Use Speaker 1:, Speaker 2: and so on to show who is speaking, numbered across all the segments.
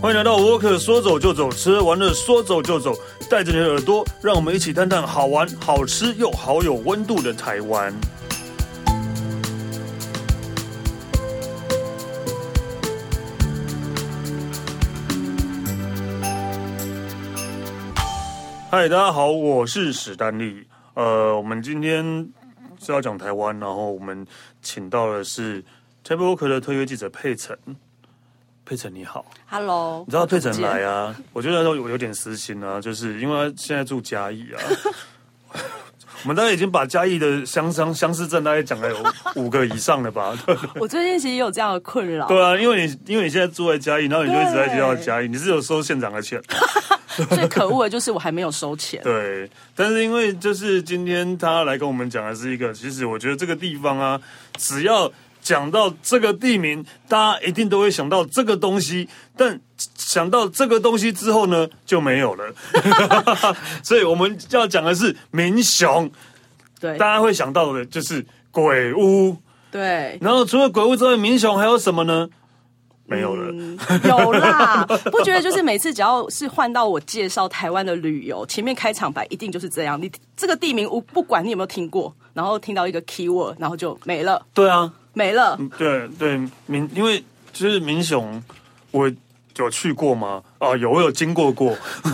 Speaker 1: 欢迎来到沃克，说走就走，吃完了说走就走，带着你的耳朵，让我们一起探探好玩、好吃又好有温度的台湾。嗨，大家好，我是史丹利。呃，我们今天是要讲台湾，然后我们请到的是 t a b l e Walker 的特约记者佩岑。佩岑你好，
Speaker 2: Hello，
Speaker 1: 你知道佩岑来啊？我觉得我有点私心啊，就是因为他现在住嘉义啊。 我们大概已经把嘉义的相商相似症大概讲了有五个以上了吧？
Speaker 2: 我最近其实也有这样的困扰，
Speaker 1: 对啊，因为你因为你现在住在嘉义，然后你就一直在介绍
Speaker 2: 对
Speaker 1: 嘉义，你是有收县长的钱。
Speaker 2: 最可恶的就是我还没有收钱。
Speaker 1: 对，但是因为就是今天他来跟我们讲的是一个，其实我觉得这个地方啊，只要讲到这个地名，大家一定都会想到这个东西，但想到这个东西之后呢，就没有了。所以我们要讲的是民雄，
Speaker 2: 对
Speaker 1: 大家会想到的就是鬼屋。
Speaker 2: 对，
Speaker 1: 然后除了鬼屋之外，民雄还有什么呢？没有了。
Speaker 2: 嗯 有啦，不觉得就是每次只要是换到我介绍台湾的旅游，前面开场白一定就是这样。你这个地名，我不管你有没有听过，然后听到一个 keyword，然后就没了，
Speaker 1: 对啊，
Speaker 2: 没了。
Speaker 1: 对对，民因为就是民雄，我有去过吗？啊，有，我有经过过，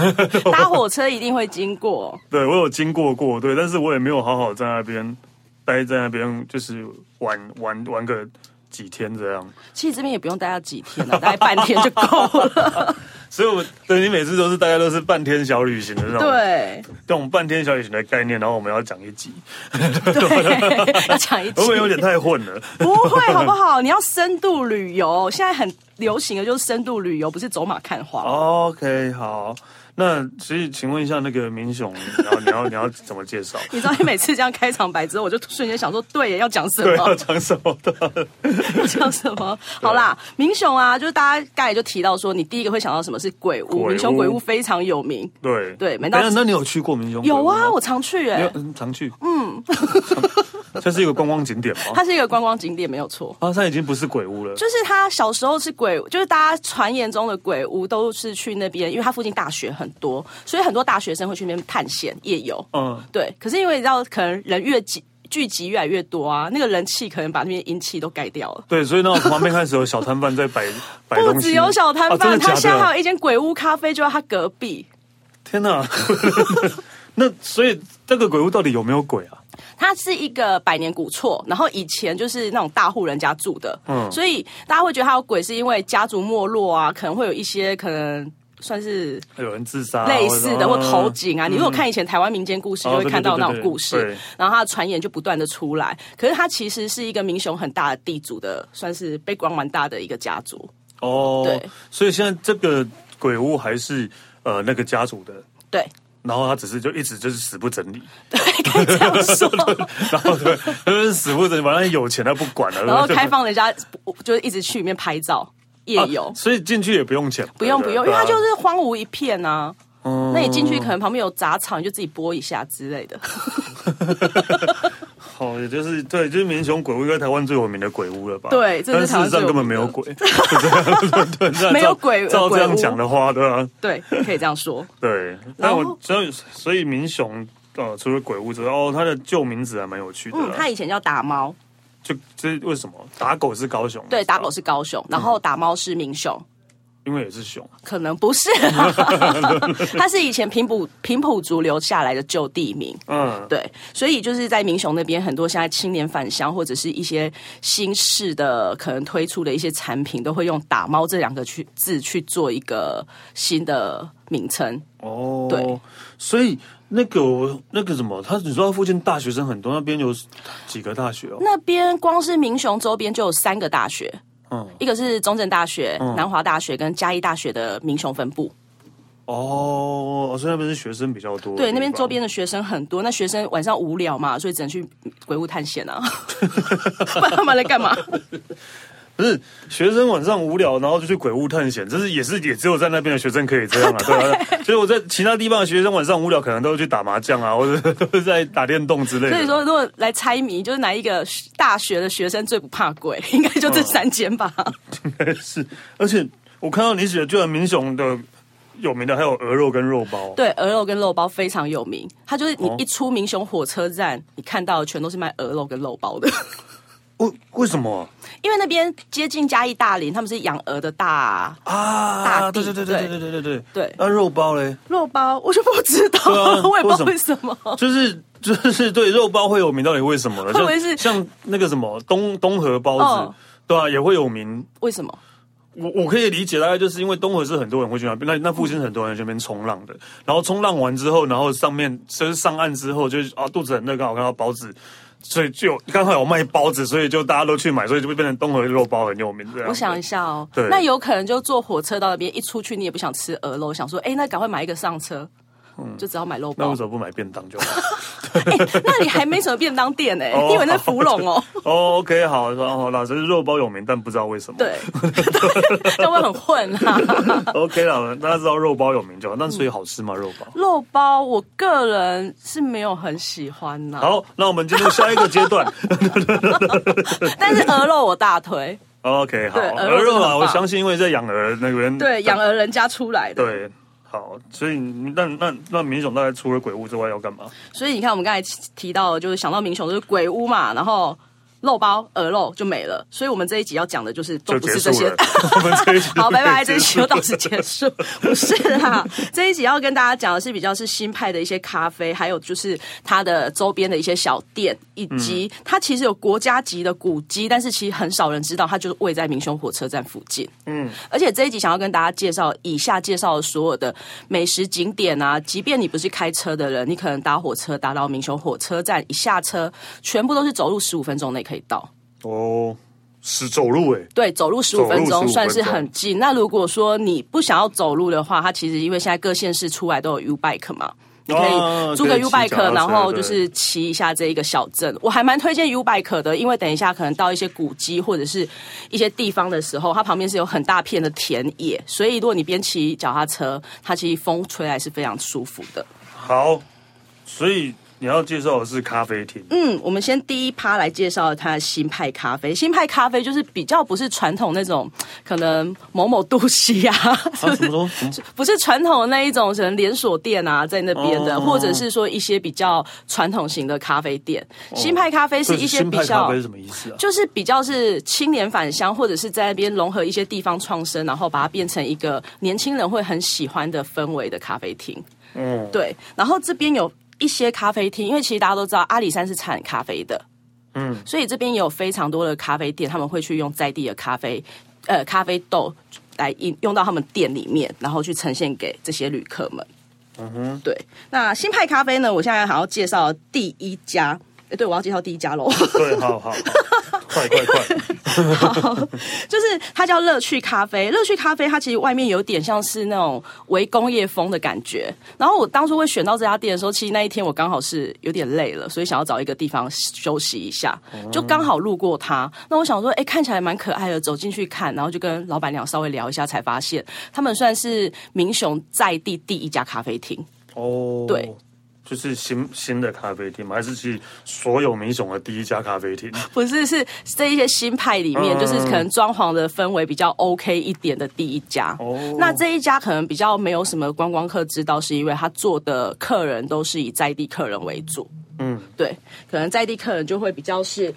Speaker 2: 搭火车一定会经过，
Speaker 1: 对我有经过过，对，但是我也没有好好在那边待在那边，就是玩玩玩个几天这样。
Speaker 2: 其实这边也不用待到几天了，大概半天就够 了。
Speaker 1: 所以我对你每次都是大概都是半天小旅行的那种，，
Speaker 2: 对
Speaker 1: 这种半天小旅行的概念，然后我们要讲一集，
Speaker 2: 对， 要讲一集
Speaker 1: 会不会有点太混了？
Speaker 2: 不会，好不好？你要深度旅游，现在很流行的就是深度旅游，不是走马看花。
Speaker 1: 哦 OK，好，那所以请问一下那个民雄，然后你要你要怎么介绍？
Speaker 2: 你知道，你每次这样开场白之后，我就瞬间想说，对耶，要讲什
Speaker 1: 对，啊要
Speaker 2: 么？
Speaker 1: 讲什么的？
Speaker 2: 要讲什么？好啦，明雄啊，就是大家刚才就提到说，你第一个会想到什么是鬼
Speaker 1: 鬼屋
Speaker 2: 屋？明雄鬼屋非常有名，
Speaker 1: 对
Speaker 2: 对没
Speaker 1: 等
Speaker 2: 到
Speaker 1: 一下那你有去过民雄鬼屋
Speaker 2: 有
Speaker 1: 吗？
Speaker 2: 啊，我常去
Speaker 1: 你有
Speaker 2: 耶。
Speaker 1: 嗯常去。嗯， 这是一个观光景点吗？
Speaker 2: 它是一个观光景点，没有错。
Speaker 1: 啊，它已经不是鬼屋了。
Speaker 2: 就是他小时候是鬼，就是大家传言中的鬼屋都是去那边，因为他附近大学很多，所以很多大学生会去那边探险夜游。
Speaker 1: 嗯，
Speaker 2: 对，可是因为你知道，可能人越集聚集越来越多啊，那个人气可能把那边阴气都盖掉了。
Speaker 1: 对，所以呢，我旁边开始有小摊贩在 摆摆东西。
Speaker 2: 不只有小摊
Speaker 1: 啊真的
Speaker 2: 贩，
Speaker 1: 假
Speaker 2: 他
Speaker 1: 的
Speaker 2: 现在还有一间鬼屋咖啡，就在他隔壁。
Speaker 1: 天哪！ 那所以这个鬼屋到底有没有鬼啊？
Speaker 2: 它是一个百年古厝，然后以前就是那种大户人家住的，
Speaker 1: 嗯
Speaker 2: 所以大家会觉得它有鬼，是因为家族没落啊，可能会有一些可能算是
Speaker 1: 有人自杀啊
Speaker 2: 类似的，或投井啊。你如果
Speaker 1: 嗯
Speaker 2: 看以前台湾民间故事，
Speaker 1: 哦
Speaker 2: 就会看到
Speaker 1: 对对
Speaker 2: 那
Speaker 1: 对
Speaker 2: 种故事，
Speaker 1: 对
Speaker 2: 然后它的传言就不断的出来。可是它其实是一个民雄很大的地主的，算是被光蛮大的一个家族。
Speaker 1: 哦
Speaker 2: 对，
Speaker 1: 所以现在这个鬼屋还是呃那个家族的，
Speaker 2: 对，
Speaker 1: 然后他只是就一直就是死不整理，
Speaker 2: 可以这样 说。
Speaker 1: 然后对，就是死不整理，反正有钱他不管了，
Speaker 2: 然后
Speaker 1: 就
Speaker 2: 开放人家，就是一直去里面拍照夜游。
Speaker 1: 啊所以进去也不用钱，
Speaker 2: 不用不
Speaker 1: 对
Speaker 2: 用，因
Speaker 1: 对
Speaker 2: 为
Speaker 1: 啊
Speaker 2: 它就是荒芜一片啊。
Speaker 1: 嗯
Speaker 2: 那你进去可能旁边有杂草，你就自己拨一下之类的。
Speaker 1: 哦好，也就是对，就是民雄鬼屋，应该台湾最有名的鬼屋了吧？
Speaker 2: 对这
Speaker 1: 但
Speaker 2: 是台
Speaker 1: 事实
Speaker 2: 湾最
Speaker 1: 上
Speaker 2: 有
Speaker 1: 根
Speaker 2: 名的
Speaker 1: 本没有鬼，就这样 对这样
Speaker 2: 没有
Speaker 1: 照
Speaker 2: 鬼呃
Speaker 1: 照这样
Speaker 2: 鬼屋
Speaker 1: 讲的话，对啊，
Speaker 2: 对，可以这样说。
Speaker 1: 对。
Speaker 2: 然
Speaker 1: 但
Speaker 2: 后
Speaker 1: 我所以所以民雄呃，除了鬼屋之外，哦，它的旧名字还蛮有趣的
Speaker 2: 嗯，
Speaker 1: 啊。
Speaker 2: 它以前叫打猫，
Speaker 1: 就这为什么打狗是高雄？
Speaker 2: 对，打狗，是高雄，然后打猫是民雄。
Speaker 1: 因为也是熊。
Speaker 2: 可能不是， 它是以前平埔平埔族留下来的旧地名，
Speaker 1: 嗯，
Speaker 2: 对，所以就是在民雄那边，很多现在青年返乡或者是一些新式的可能推出的一些产品，都会用“打猫”这两个去字去做一个新的名称。
Speaker 1: 哦，
Speaker 2: 对，
Speaker 1: 所以那个我那个什么，他你说他附近大学生很多，那边有几个大学哦？
Speaker 2: 那边光是民雄周边就有三个大学，
Speaker 1: 嗯，
Speaker 2: 一个是中正大学、南华大学跟嘉义大学的民雄分部。
Speaker 1: 哦，所以那边是学生比较多的地方。
Speaker 2: 对，那边周边的学生很多，那学生晚上无聊嘛，所以只能去鬼屋探险啊， 不然他们来干嘛？
Speaker 1: 不是学生晚上无聊，然后就去鬼屋探险，这是也是也只有在那边的学生可以这样啊， 对啊。所以我在其他地方的学生晚上无聊，可能都是去打麻将啊，或者 都是在打电动之类的。
Speaker 2: 所以说，如果来猜谜，就是哪一个哦大学的学生最不怕鬼，应该就这三间吧。
Speaker 1: 是，而且我看到你写的居然民雄的有名的还有鹅肉跟肉包，啊
Speaker 2: 对，鹅肉跟肉包非常有名，它就是你一出民雄火车站，你看到的全都是卖鹅肉跟肉包的，
Speaker 1: 为为什么啊
Speaker 2: 因为那边接近嘉义大林，他们是养鹅的大
Speaker 1: 啊？
Speaker 2: 大
Speaker 1: 对
Speaker 2: 地
Speaker 1: 对对对对对对对
Speaker 2: 对
Speaker 1: 那肉包嘞，
Speaker 2: 肉包，我就不知道，
Speaker 1: 对啊
Speaker 2: 我也不知道
Speaker 1: 为
Speaker 2: 为什么。
Speaker 1: 就是 就是对肉包会有名，到底为什么了？
Speaker 2: 哦会不会是
Speaker 1: 像像那个什么东东河包子
Speaker 2: 哦，
Speaker 1: 对啊，也会有名。
Speaker 2: 为什么？
Speaker 1: 我我可以理解，大概就是因为东河是很多人会去那边，那那附近是很多人去那边冲浪的。然后冲浪完之后，然后上面就是上岸之后，就是啊肚子很热，刚好看到包子，所以就刚好有卖包子，所以就大家都去买，所以就会变成东河肉包很有名。这样
Speaker 2: 我想一下哦
Speaker 1: 对，
Speaker 2: 那有可能就坐火车到那边，一出去你也不想吃鹅肉，想说，哎，那赶快买一个上车，就只好买肉
Speaker 1: 嗯那
Speaker 2: 包哎
Speaker 1: 为。什么不买便当就好？
Speaker 2: 那你还没什么便当店哎，
Speaker 1: 哦
Speaker 2: 你以为那芙蓉 哦？
Speaker 1: 哦、o k 好，然后啦，只是肉包有名，但不知道为什么。
Speaker 2: 对， 那会很混啊啦。
Speaker 1: ，OK 啦，大家知道肉包有名就好。那
Speaker 2: 嗯
Speaker 1: 所以好吃吗？肉包？
Speaker 2: 肉包，我个人是没有很喜欢呐，
Speaker 1: 好，那我们进入下一个阶 段。
Speaker 2: 但是鹅肉我大
Speaker 1: 嗯
Speaker 2: 推，
Speaker 1: OK，好，
Speaker 2: 对鹅
Speaker 1: 鹅
Speaker 2: 肉真的
Speaker 1: 肉啊，
Speaker 2: 很棒
Speaker 1: 我相信因为在养鹅那边，
Speaker 2: 对，养鹅人家出来的，
Speaker 1: 对，好，所以你那那那民总大概除了鬼屋之外要干嘛？
Speaker 2: 所以你看，我们刚才提到的，就是想到民雄就是鬼屋嘛，然后肉包、鹅肉就没了。所以我们这一集要讲的就是都
Speaker 1: 就
Speaker 2: 不
Speaker 1: 结
Speaker 2: 是
Speaker 1: 束
Speaker 2: 这些
Speaker 1: 了。。 我们这一集
Speaker 2: 好，拜拜，这一
Speaker 1: 集
Speaker 2: 集就到此结束。不是啦，这一集要跟大家讲的是比较是新派的一些咖啡，还有就是它的周边的一些小店，以及它其实有国家级的古迹，但是其实很少人知道，它就是位在民雄火车站附近。
Speaker 1: 嗯，
Speaker 2: 而且这一集想要跟大家介绍以下介绍的所有的美食景点啊，即便你不是开车的人，你可能搭火车搭到民雄火车站，一下车全部都是走路十五分钟内可以到。
Speaker 1: 哦，是走路欸诶，
Speaker 2: 对，走路十五分
Speaker 1: 走路15
Speaker 2: 钟算是
Speaker 1: 分钟
Speaker 2: 很近。那如果说你不想要走路的话，它其实因为现在各县市出来都有 U Bike 嘛。你可
Speaker 1: 哦
Speaker 2: 以租
Speaker 1: 可
Speaker 2: 个
Speaker 1: 以骑
Speaker 2: U
Speaker 1: 脚踏
Speaker 2: Bike，
Speaker 1: 车
Speaker 2: 然后就是骑一下这一个小镇。我还蛮推荐 U Bike 的，因为等一下可能到一些古迹或者是一些地方的时候，它旁边是有很大片的田野，所以如果你边骑脚踏车，它其实风吹来是非常舒服的。
Speaker 1: 好，所以你要介绍的是咖啡厅，
Speaker 2: 嗯，我们先第一趴来介绍它的新派咖啡。新派咖啡就是比较不是传统那种，可能某某杜西啊，
Speaker 1: 啊，什么说？嗯
Speaker 2: 不是传统的那一种，可能连锁店啊，在那边的，
Speaker 1: 哦
Speaker 2: 或者是说一些比较传统型的咖啡店。新派咖啡是一些
Speaker 1: 新
Speaker 2: 比
Speaker 1: 派咖
Speaker 2: 较
Speaker 1: 啡。哦是什么意思啊？
Speaker 2: 就是比较是青年返乡，或者是在那边融合一些地方创生，然后把它变成一个年轻人会很喜欢的氛围的咖啡厅。
Speaker 1: 嗯，
Speaker 2: 对，然后这边有一些咖啡厅，因为其实大家都知道阿里山是产咖啡的，
Speaker 1: 嗯
Speaker 2: 嗯，所以这边也有非常多的咖啡店，他们会去用在地的咖啡，呃，咖啡豆来应用到他们店里面，然后去呈现给这些旅客们。嗯哼，对。那新派咖啡呢？我现在还要介绍第一家，诶对我要介绍第一家喽。
Speaker 1: 对，好 好，好快快快，
Speaker 2: 就是它叫乐趣咖啡。乐趣咖啡它其实外面有点像是那种微工业风的感觉。然后我当初会选到这家店的时候，其实那一天我刚好是有点累了，所以想要找一个地方休息一下，就刚好路过它。那我想说，哎，看起来蛮可爱的，走进去看，然后就跟老板娘稍微聊一下，才发现他们算是民雄在地第一家咖啡厅。
Speaker 1: 哦，
Speaker 2: 对。
Speaker 1: 就是新新的咖啡厅吗？还是其实所有民雄的第一家咖啡厅？
Speaker 2: 不是，是这一些新派里面，
Speaker 1: 嗯
Speaker 2: 就是可能装潢的氛围比较 OK 一点的第一家。
Speaker 1: 哦
Speaker 2: 那这一家可能比较没有什么观光客知道，是因为他做的客人都是以在地客人为主。
Speaker 1: 嗯，
Speaker 2: 对，可能在地客人就会比较是。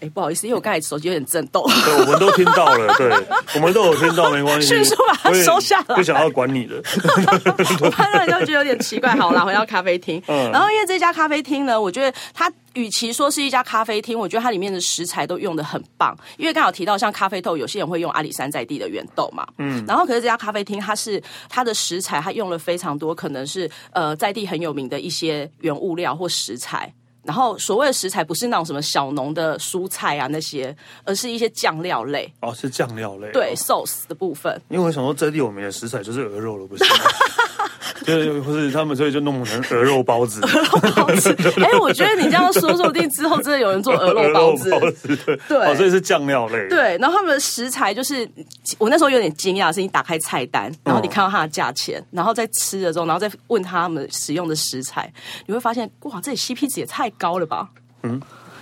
Speaker 2: 哎，不好意思，因为我刚才手机有点震动。
Speaker 1: 对，我们都听到了， 对，我们都有听到，没关系，
Speaker 2: 迅速把它
Speaker 1: 我也
Speaker 2: 收下来
Speaker 1: 不想要管你了。
Speaker 2: 我看到你就觉得有点奇怪。好啦，回到咖啡厅，
Speaker 1: 嗯
Speaker 2: 然后因为这家咖啡厅呢，我觉得它。与其说是一家咖啡厅，我觉得它里面的食材都用的很棒。因为刚好提到像咖啡豆，有些人会用阿里山在地的原豆嘛，嗯，然后可是这家咖啡厅它是它的食材，它用了非常多，可能是呃在地很有名的一些原物料或食材。然后所谓的食材不是那种什么小农的蔬菜啊那些，而是一些酱料类，
Speaker 1: 哦，是酱料类，
Speaker 2: 对、sauce 的部分。
Speaker 1: 因为我想说，在地有名的食材就是鹅肉了，不是吗？ 就是不是他们，所以就弄成鹅肉包子，
Speaker 2: 包子。 哎、我觉得你这样说，说不定之后真的 有人做鹅肉包子。
Speaker 1: 鹅肉包子对，
Speaker 2: 对
Speaker 1: 哦，所以是酱料类，，
Speaker 2: 对，然后他们的食材就是，我那时候有点惊讶，是你打开菜单，然后你看到它的价钱，
Speaker 1: 嗯
Speaker 2: 然后再吃了之后，然后再问他们使用的食材，你会发现，哇，这里 CP 值也太高了吧？嗯，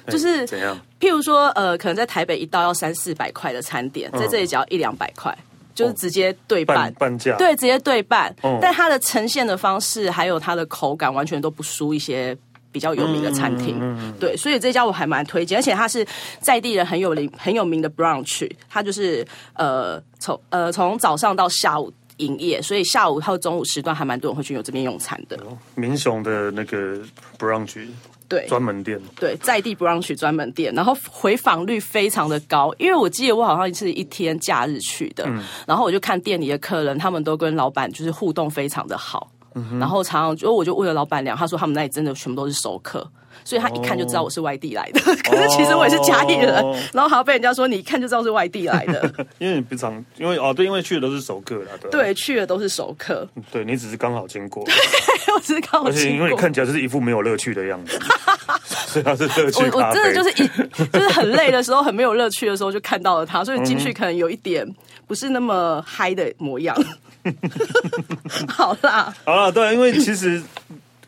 Speaker 2: 就是
Speaker 1: 哎怎样？嗯
Speaker 2: 譬如说，呃，可能在台北一道要三四百块的餐点，在这里只要一两百块。
Speaker 1: 哦
Speaker 2: 就是直接对半
Speaker 1: 半。半价，
Speaker 2: 对，直接对半，
Speaker 1: 哦
Speaker 2: 但它的呈现的方式还有它的口感，完全都不输一些比较有名的餐厅。对，所以这家我还蛮推荐，而且它是在地人很有名很有名的 brunch，它就是呃从呃从早上到下午营业，所以下午还有中午时段还蛮多人会去有这边用餐的。
Speaker 1: 民雄的那个 brunch
Speaker 2: 对，
Speaker 1: 专门店，
Speaker 2: 对，在地 brunch 专门店，然后回访率非常的高，因为我记得我好像是一天假日去的，
Speaker 1: 嗯
Speaker 2: 然后我就看店里的客人，他们都跟老板就是互动非常的好，
Speaker 1: 嗯
Speaker 2: 然后常常就我就问了老板娘，他说他们那里真的全部都是熟客。所以他一看就知道我是外地来的，可是 其实我也是嘉义人，
Speaker 1: 哦
Speaker 2: 然后还要被人家说你一看就知道是外地来 的。
Speaker 1: 因为你平常因为哦对，因为去的都是熟客啦，对吧
Speaker 2: 对，去的都是熟 客，
Speaker 1: 对，你只是刚好经过，
Speaker 2: 我只是刚好
Speaker 1: 而且
Speaker 2: 经
Speaker 1: 因为你
Speaker 2: 过。
Speaker 1: 看起来就是一副没有乐趣的样子， 所以它是乐
Speaker 2: 我
Speaker 1: 趣咖啡，
Speaker 2: 我真的就是 一就是很累的时候，很没有乐趣的时候，就看到了他，所以进
Speaker 1: 嗯
Speaker 2: 去可能有一点不是那么嗨的模样。 好啦，
Speaker 1: 好了，对，因为其实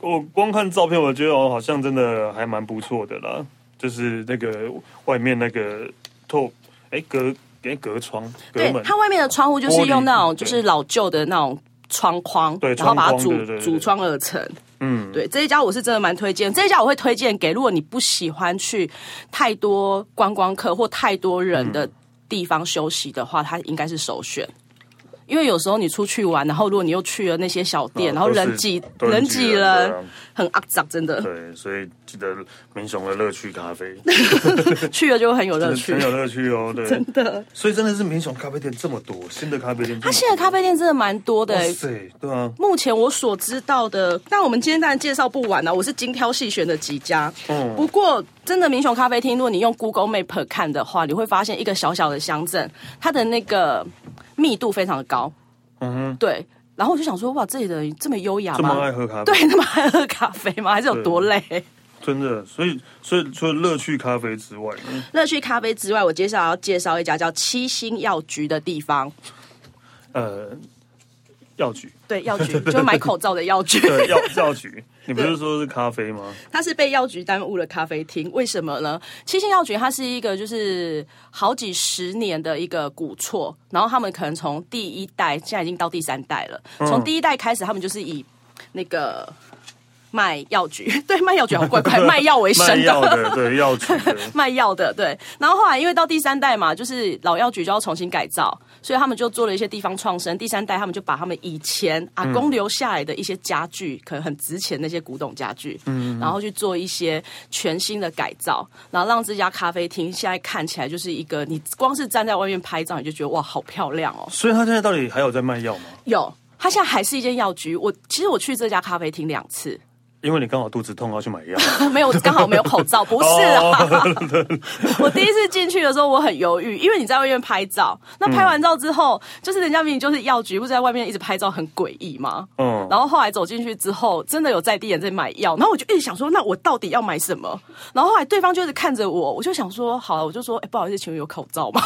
Speaker 1: 我光看照片，我觉得哦，好像真的还蛮不错的啦。就是那个外面那个透，哎隔哎隔窗隔
Speaker 2: 对
Speaker 1: 门，
Speaker 2: 它外面的窗户就是用那
Speaker 1: 玻璃
Speaker 2: 种就是老旧的那种。窗框，
Speaker 1: 对
Speaker 2: 然后把它
Speaker 1: 窗框
Speaker 2: 组
Speaker 1: 对对对
Speaker 2: 组装而成。
Speaker 1: 嗯，
Speaker 2: 对，这一家我是真的蛮推荐，这一家我会推荐给如果你不喜欢去太多观光客或太多人的地方休息的话，它应该是首选。因为有时候你出去玩，然后如果你又去了那些小店，然后
Speaker 1: 啊都是
Speaker 2: 人挤
Speaker 1: 都是
Speaker 2: 人
Speaker 1: 挤
Speaker 2: 挤
Speaker 1: 人
Speaker 2: 人
Speaker 1: 对啊，
Speaker 2: 很肮脏，真的
Speaker 1: 对，所以记得民雄的乐趣咖 啡，
Speaker 2: 去了就会很有乐趣
Speaker 1: 很。有乐趣 哦，对，真
Speaker 2: 的，
Speaker 1: 所以真的是民雄咖啡店这么多，新的咖啡店这么多，
Speaker 2: 它现在咖啡店真的蛮多的、欸
Speaker 1: 哇塞，对啊，
Speaker 2: 目前我所知道的，但我们今天当然介绍不完啊，我是精挑细选的几家。
Speaker 1: 嗯
Speaker 2: 不过真的民雄咖啡厅，如果你用 Google Map 看的话，你会发现一个小小的乡镇，它的那个密度非常的高。
Speaker 1: 嗯哼，
Speaker 2: 对，然后我就想说，哇，这里的人这么优雅
Speaker 1: 这么
Speaker 2: 吗？
Speaker 1: 爱喝咖啡，
Speaker 2: 对， 那么爱喝咖啡吗？还是有多累？
Speaker 1: 真的，所以所以除了乐趣咖啡之外，嗯
Speaker 2: 乐趣咖啡之外，我接下来要介绍一家叫七星药局的地方。
Speaker 1: 呃，药局，
Speaker 2: 对，药 局就是买口罩的药局，
Speaker 1: 对 药药局，你不是说是咖啡吗？
Speaker 2: 它是被药局耽误了咖啡厅，为什么呢？七星药局它是一个就是好几十年的一个古厝，然后他们可能从第一代现在已经到第三代了，
Speaker 1: 嗯
Speaker 2: 从第一代开始，他们就是以那个卖药局， 对，卖药局好 怪怪，卖药为
Speaker 1: 卖
Speaker 2: 生
Speaker 1: 药
Speaker 2: 的。
Speaker 1: 的，对药局的，
Speaker 2: 卖药的，对。然后后来因为到第三代嘛，就是老药局就要重新改造，所以他们就做了一些地方创生。第三代他们就把他们以前阿公留下来的一些家具，可能很值钱那些古董家具，嗯，然后去做一些全新的改造，然后让这家咖啡厅现在看起来就是一个，你光是站在外面拍照，你就觉得哇，好漂亮哦。
Speaker 1: 所以他现在到底还有在卖药吗？
Speaker 2: 有，它现在还是一间药局。我其实我去这家咖啡厅两次，
Speaker 1: 因为你刚好肚子痛要去 买药，
Speaker 2: 没有，刚好没有口罩，不是啊。 我第一次进去的时候，我很犹豫，因为你在外面拍照，那拍完照之后，就是人家明明就是药局，不是在外面一直拍照，很诡异吗？
Speaker 1: 嗯，
Speaker 2: 然后后来走进去之后，真的有在地人在买药，然后我就一直想说，那我到底要买什么？然后后来对方就是看着我，我就想说，好了，我就说，哎、不好意思，请问有口罩吗？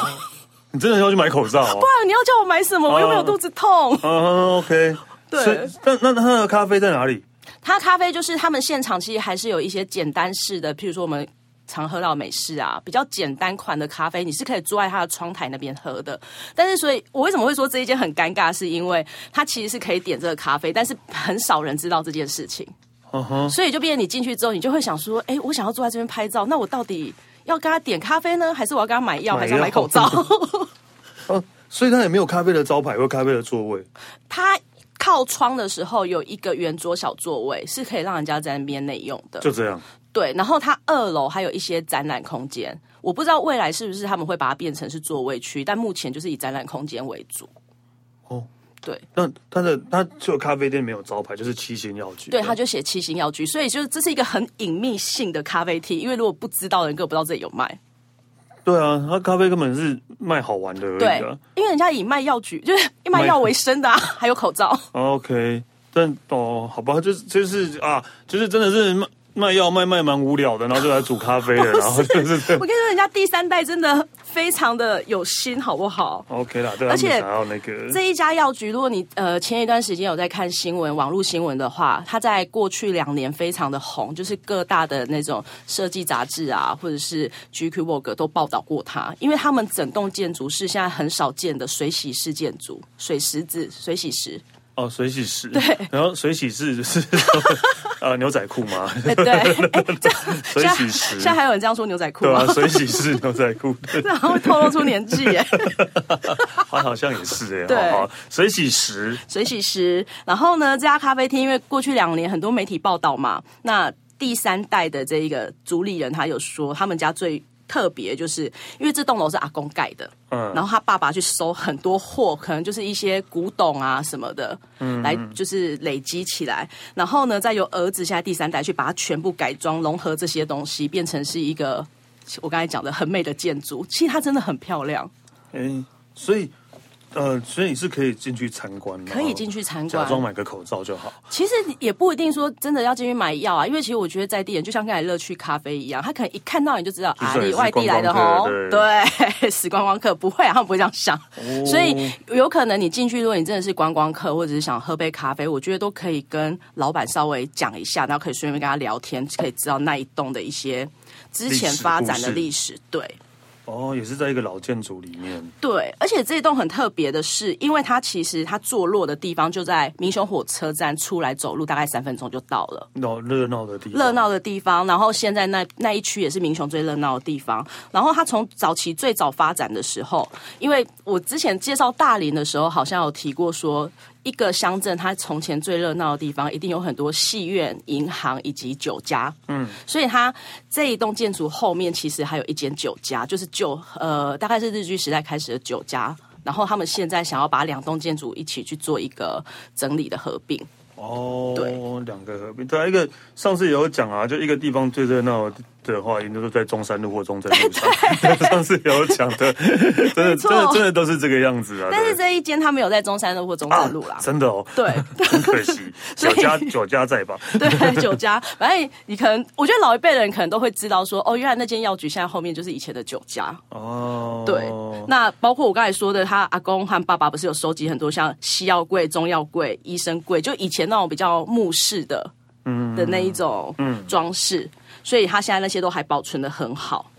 Speaker 1: 你真的要去买口罩哦？
Speaker 2: 不 然你要叫我买什么？我又没有肚子痛。
Speaker 1: 嗯，OK，
Speaker 2: 对
Speaker 1: 所以那那他的咖啡在哪里？
Speaker 2: 它咖啡就是他们现场其实还是有一些简单式的，譬如说我们常喝到美式啊，比较简单款的咖啡，你是可以坐在它的窗台那边喝的。但是，所以我为什么会说这一间很尴尬，是因为它其实是可以点这个咖啡，但是很少人知道这件事情，
Speaker 1: 嗯哼，
Speaker 2: 所以就变成你进去之后，你就会想说，哎，我想要坐在这边拍照，那我到底要跟他点咖啡呢，还是我要跟他买药，
Speaker 1: 买药
Speaker 2: 还是要买口罩？
Speaker 1: 哦，所以他也没有咖啡的招牌或咖啡的座位，
Speaker 2: 它靠窗的时候有一个圆桌小座位，是可以让人家在那边内用的。
Speaker 1: 就这样。
Speaker 2: 对，然后它二楼还有一些展览空间，我不知道未来是不是他们会把它变成是座位区，但目前就是以展览空间为主。
Speaker 1: 哦，
Speaker 2: 对
Speaker 1: 那他的他只有咖啡店没有招牌，就是七星药局。
Speaker 2: 对，他就写七星药局，所以就是这是一个很隐秘性的咖啡厅，因为如果不知道的人根本不知道这里有卖。
Speaker 1: 对啊，他咖啡根本是卖好玩的而
Speaker 2: 对
Speaker 1: 已啊。，
Speaker 2: 因为人家以卖药局就是以卖
Speaker 1: 卖
Speaker 2: 药为生的、啊，还有口罩。
Speaker 1: OK，但哦，好吧，就是就是啊，就是真的是卖 卖药卖卖蛮无聊的，然后就来煮咖啡了，然后就是
Speaker 2: 我跟你说，人家第三代真的非常的有心，好不好？
Speaker 1: OK 啦，对他们
Speaker 2: 而且
Speaker 1: 想要那个，
Speaker 2: 这一家药局，如果你呃前一段时间有在看新闻、网络新闻的话，它在过去两年非常的红，就是各大的那种设计杂志啊，或者是 GQ Vogue 都报道过它，因为他们整栋建筑是现在很少见的水洗式建筑，水石子、水洗石，
Speaker 1: 哦，水洗室，对，然后水洗 室就是呃牛仔裤嘛，
Speaker 2: 哎、对，哎、这样
Speaker 1: 水
Speaker 2: 现在
Speaker 1: 洗石
Speaker 2: 现在还有人这样说牛仔裤
Speaker 1: 对
Speaker 2: 吗？
Speaker 1: 啊，水洗室牛仔裤， 对
Speaker 2: 这好像会透露出年纪耶。
Speaker 1: 好好像也是哎、
Speaker 2: 对
Speaker 1: 欸，好好水洗石
Speaker 2: 水洗师。然后呢，这家咖啡厅因为过去两年很多媒体报道嘛，那第三代的这一个主理人他有说，他们家最特别就是因为这栋楼是阿公盖的，
Speaker 1: 嗯
Speaker 2: 然后他爸爸去收很多货，可能就是一些古董啊什么的，嗯，来就是累积起来，然后呢，再由儿子现在第三代去把它全部改装融合这些东西，变成是一个。我刚才讲的很美的建筑，其实它真的很漂亮，
Speaker 1: 哎、所以呃，所以你是可以进去参观的，
Speaker 2: 可以进去参
Speaker 1: 假
Speaker 2: 观。
Speaker 1: 装买个口罩就好。
Speaker 2: 其实也不一定说真的要进去买药啊，因为其实我觉得在地人就像刚才乐趣咖啡一样，他可能一看到你就知道
Speaker 1: 就
Speaker 2: 啊，
Speaker 1: 是也
Speaker 2: 你
Speaker 1: 是
Speaker 2: 外地来的
Speaker 1: 观光
Speaker 2: 吼
Speaker 1: 客，哦
Speaker 2: 对， 死观光客不会啊，他们不会这样想，所以有可能你进去，如果你真的是观光客或者是想喝杯咖啡，我觉得都可以跟老板稍微讲一下，然后可以顺便跟他聊天，可以知道那一栋的一些之前发展的历史，对。
Speaker 1: 哦，也是在一个老建筑里面，
Speaker 2: 对，而且这一栋很特别的是，因为它其实它坐落的地方就在民雄火车站出来走路大概三分钟就到了。
Speaker 1: 闹热闹的地方，
Speaker 2: 热闹的地方，然后现在那那一区也是民雄最热闹的地方。然后它从早期最早发展的时候，因为我之前介绍大林的时候，好像有提过说，一个乡镇它从前最热闹的地方，一定有很多戏院、银行以及酒家。嗯，所以它这一栋建筑后面其实还有一间酒家，就是旧呃，大概是日据时代开始的酒家。然后他们现在想要把两栋建筑一起去做一个整理的合并。
Speaker 1: 哦
Speaker 2: 对，
Speaker 1: 两个合并，对啊，一个上次也有讲啊，就一个地方最热闹的话，一定都是在中山路或中正路 上。上次有讲的，真的，真
Speaker 2: 错
Speaker 1: 的，真的都是这个样子啊。
Speaker 2: 但是
Speaker 1: 对
Speaker 2: 这一间他没有在中山路或中正路啦。
Speaker 1: 真的哦，
Speaker 2: 对，
Speaker 1: 很可 惜，
Speaker 2: 所
Speaker 1: 酒
Speaker 2: 以
Speaker 1: 家酒家在吧？
Speaker 2: 对，酒家，反正你可能，我觉得老一辈的人可能都会知道说，哦，原来那间药局现在后面就是以前的酒家。
Speaker 1: 哦，
Speaker 2: 对，那包括我刚才说的，他阿公和爸爸不是有收集很多像西药柜、中药柜、医生柜，就以前那种比较木式的，嗯的那一种
Speaker 1: 嗯
Speaker 2: 装饰，所以他现在那些都还保存的很好。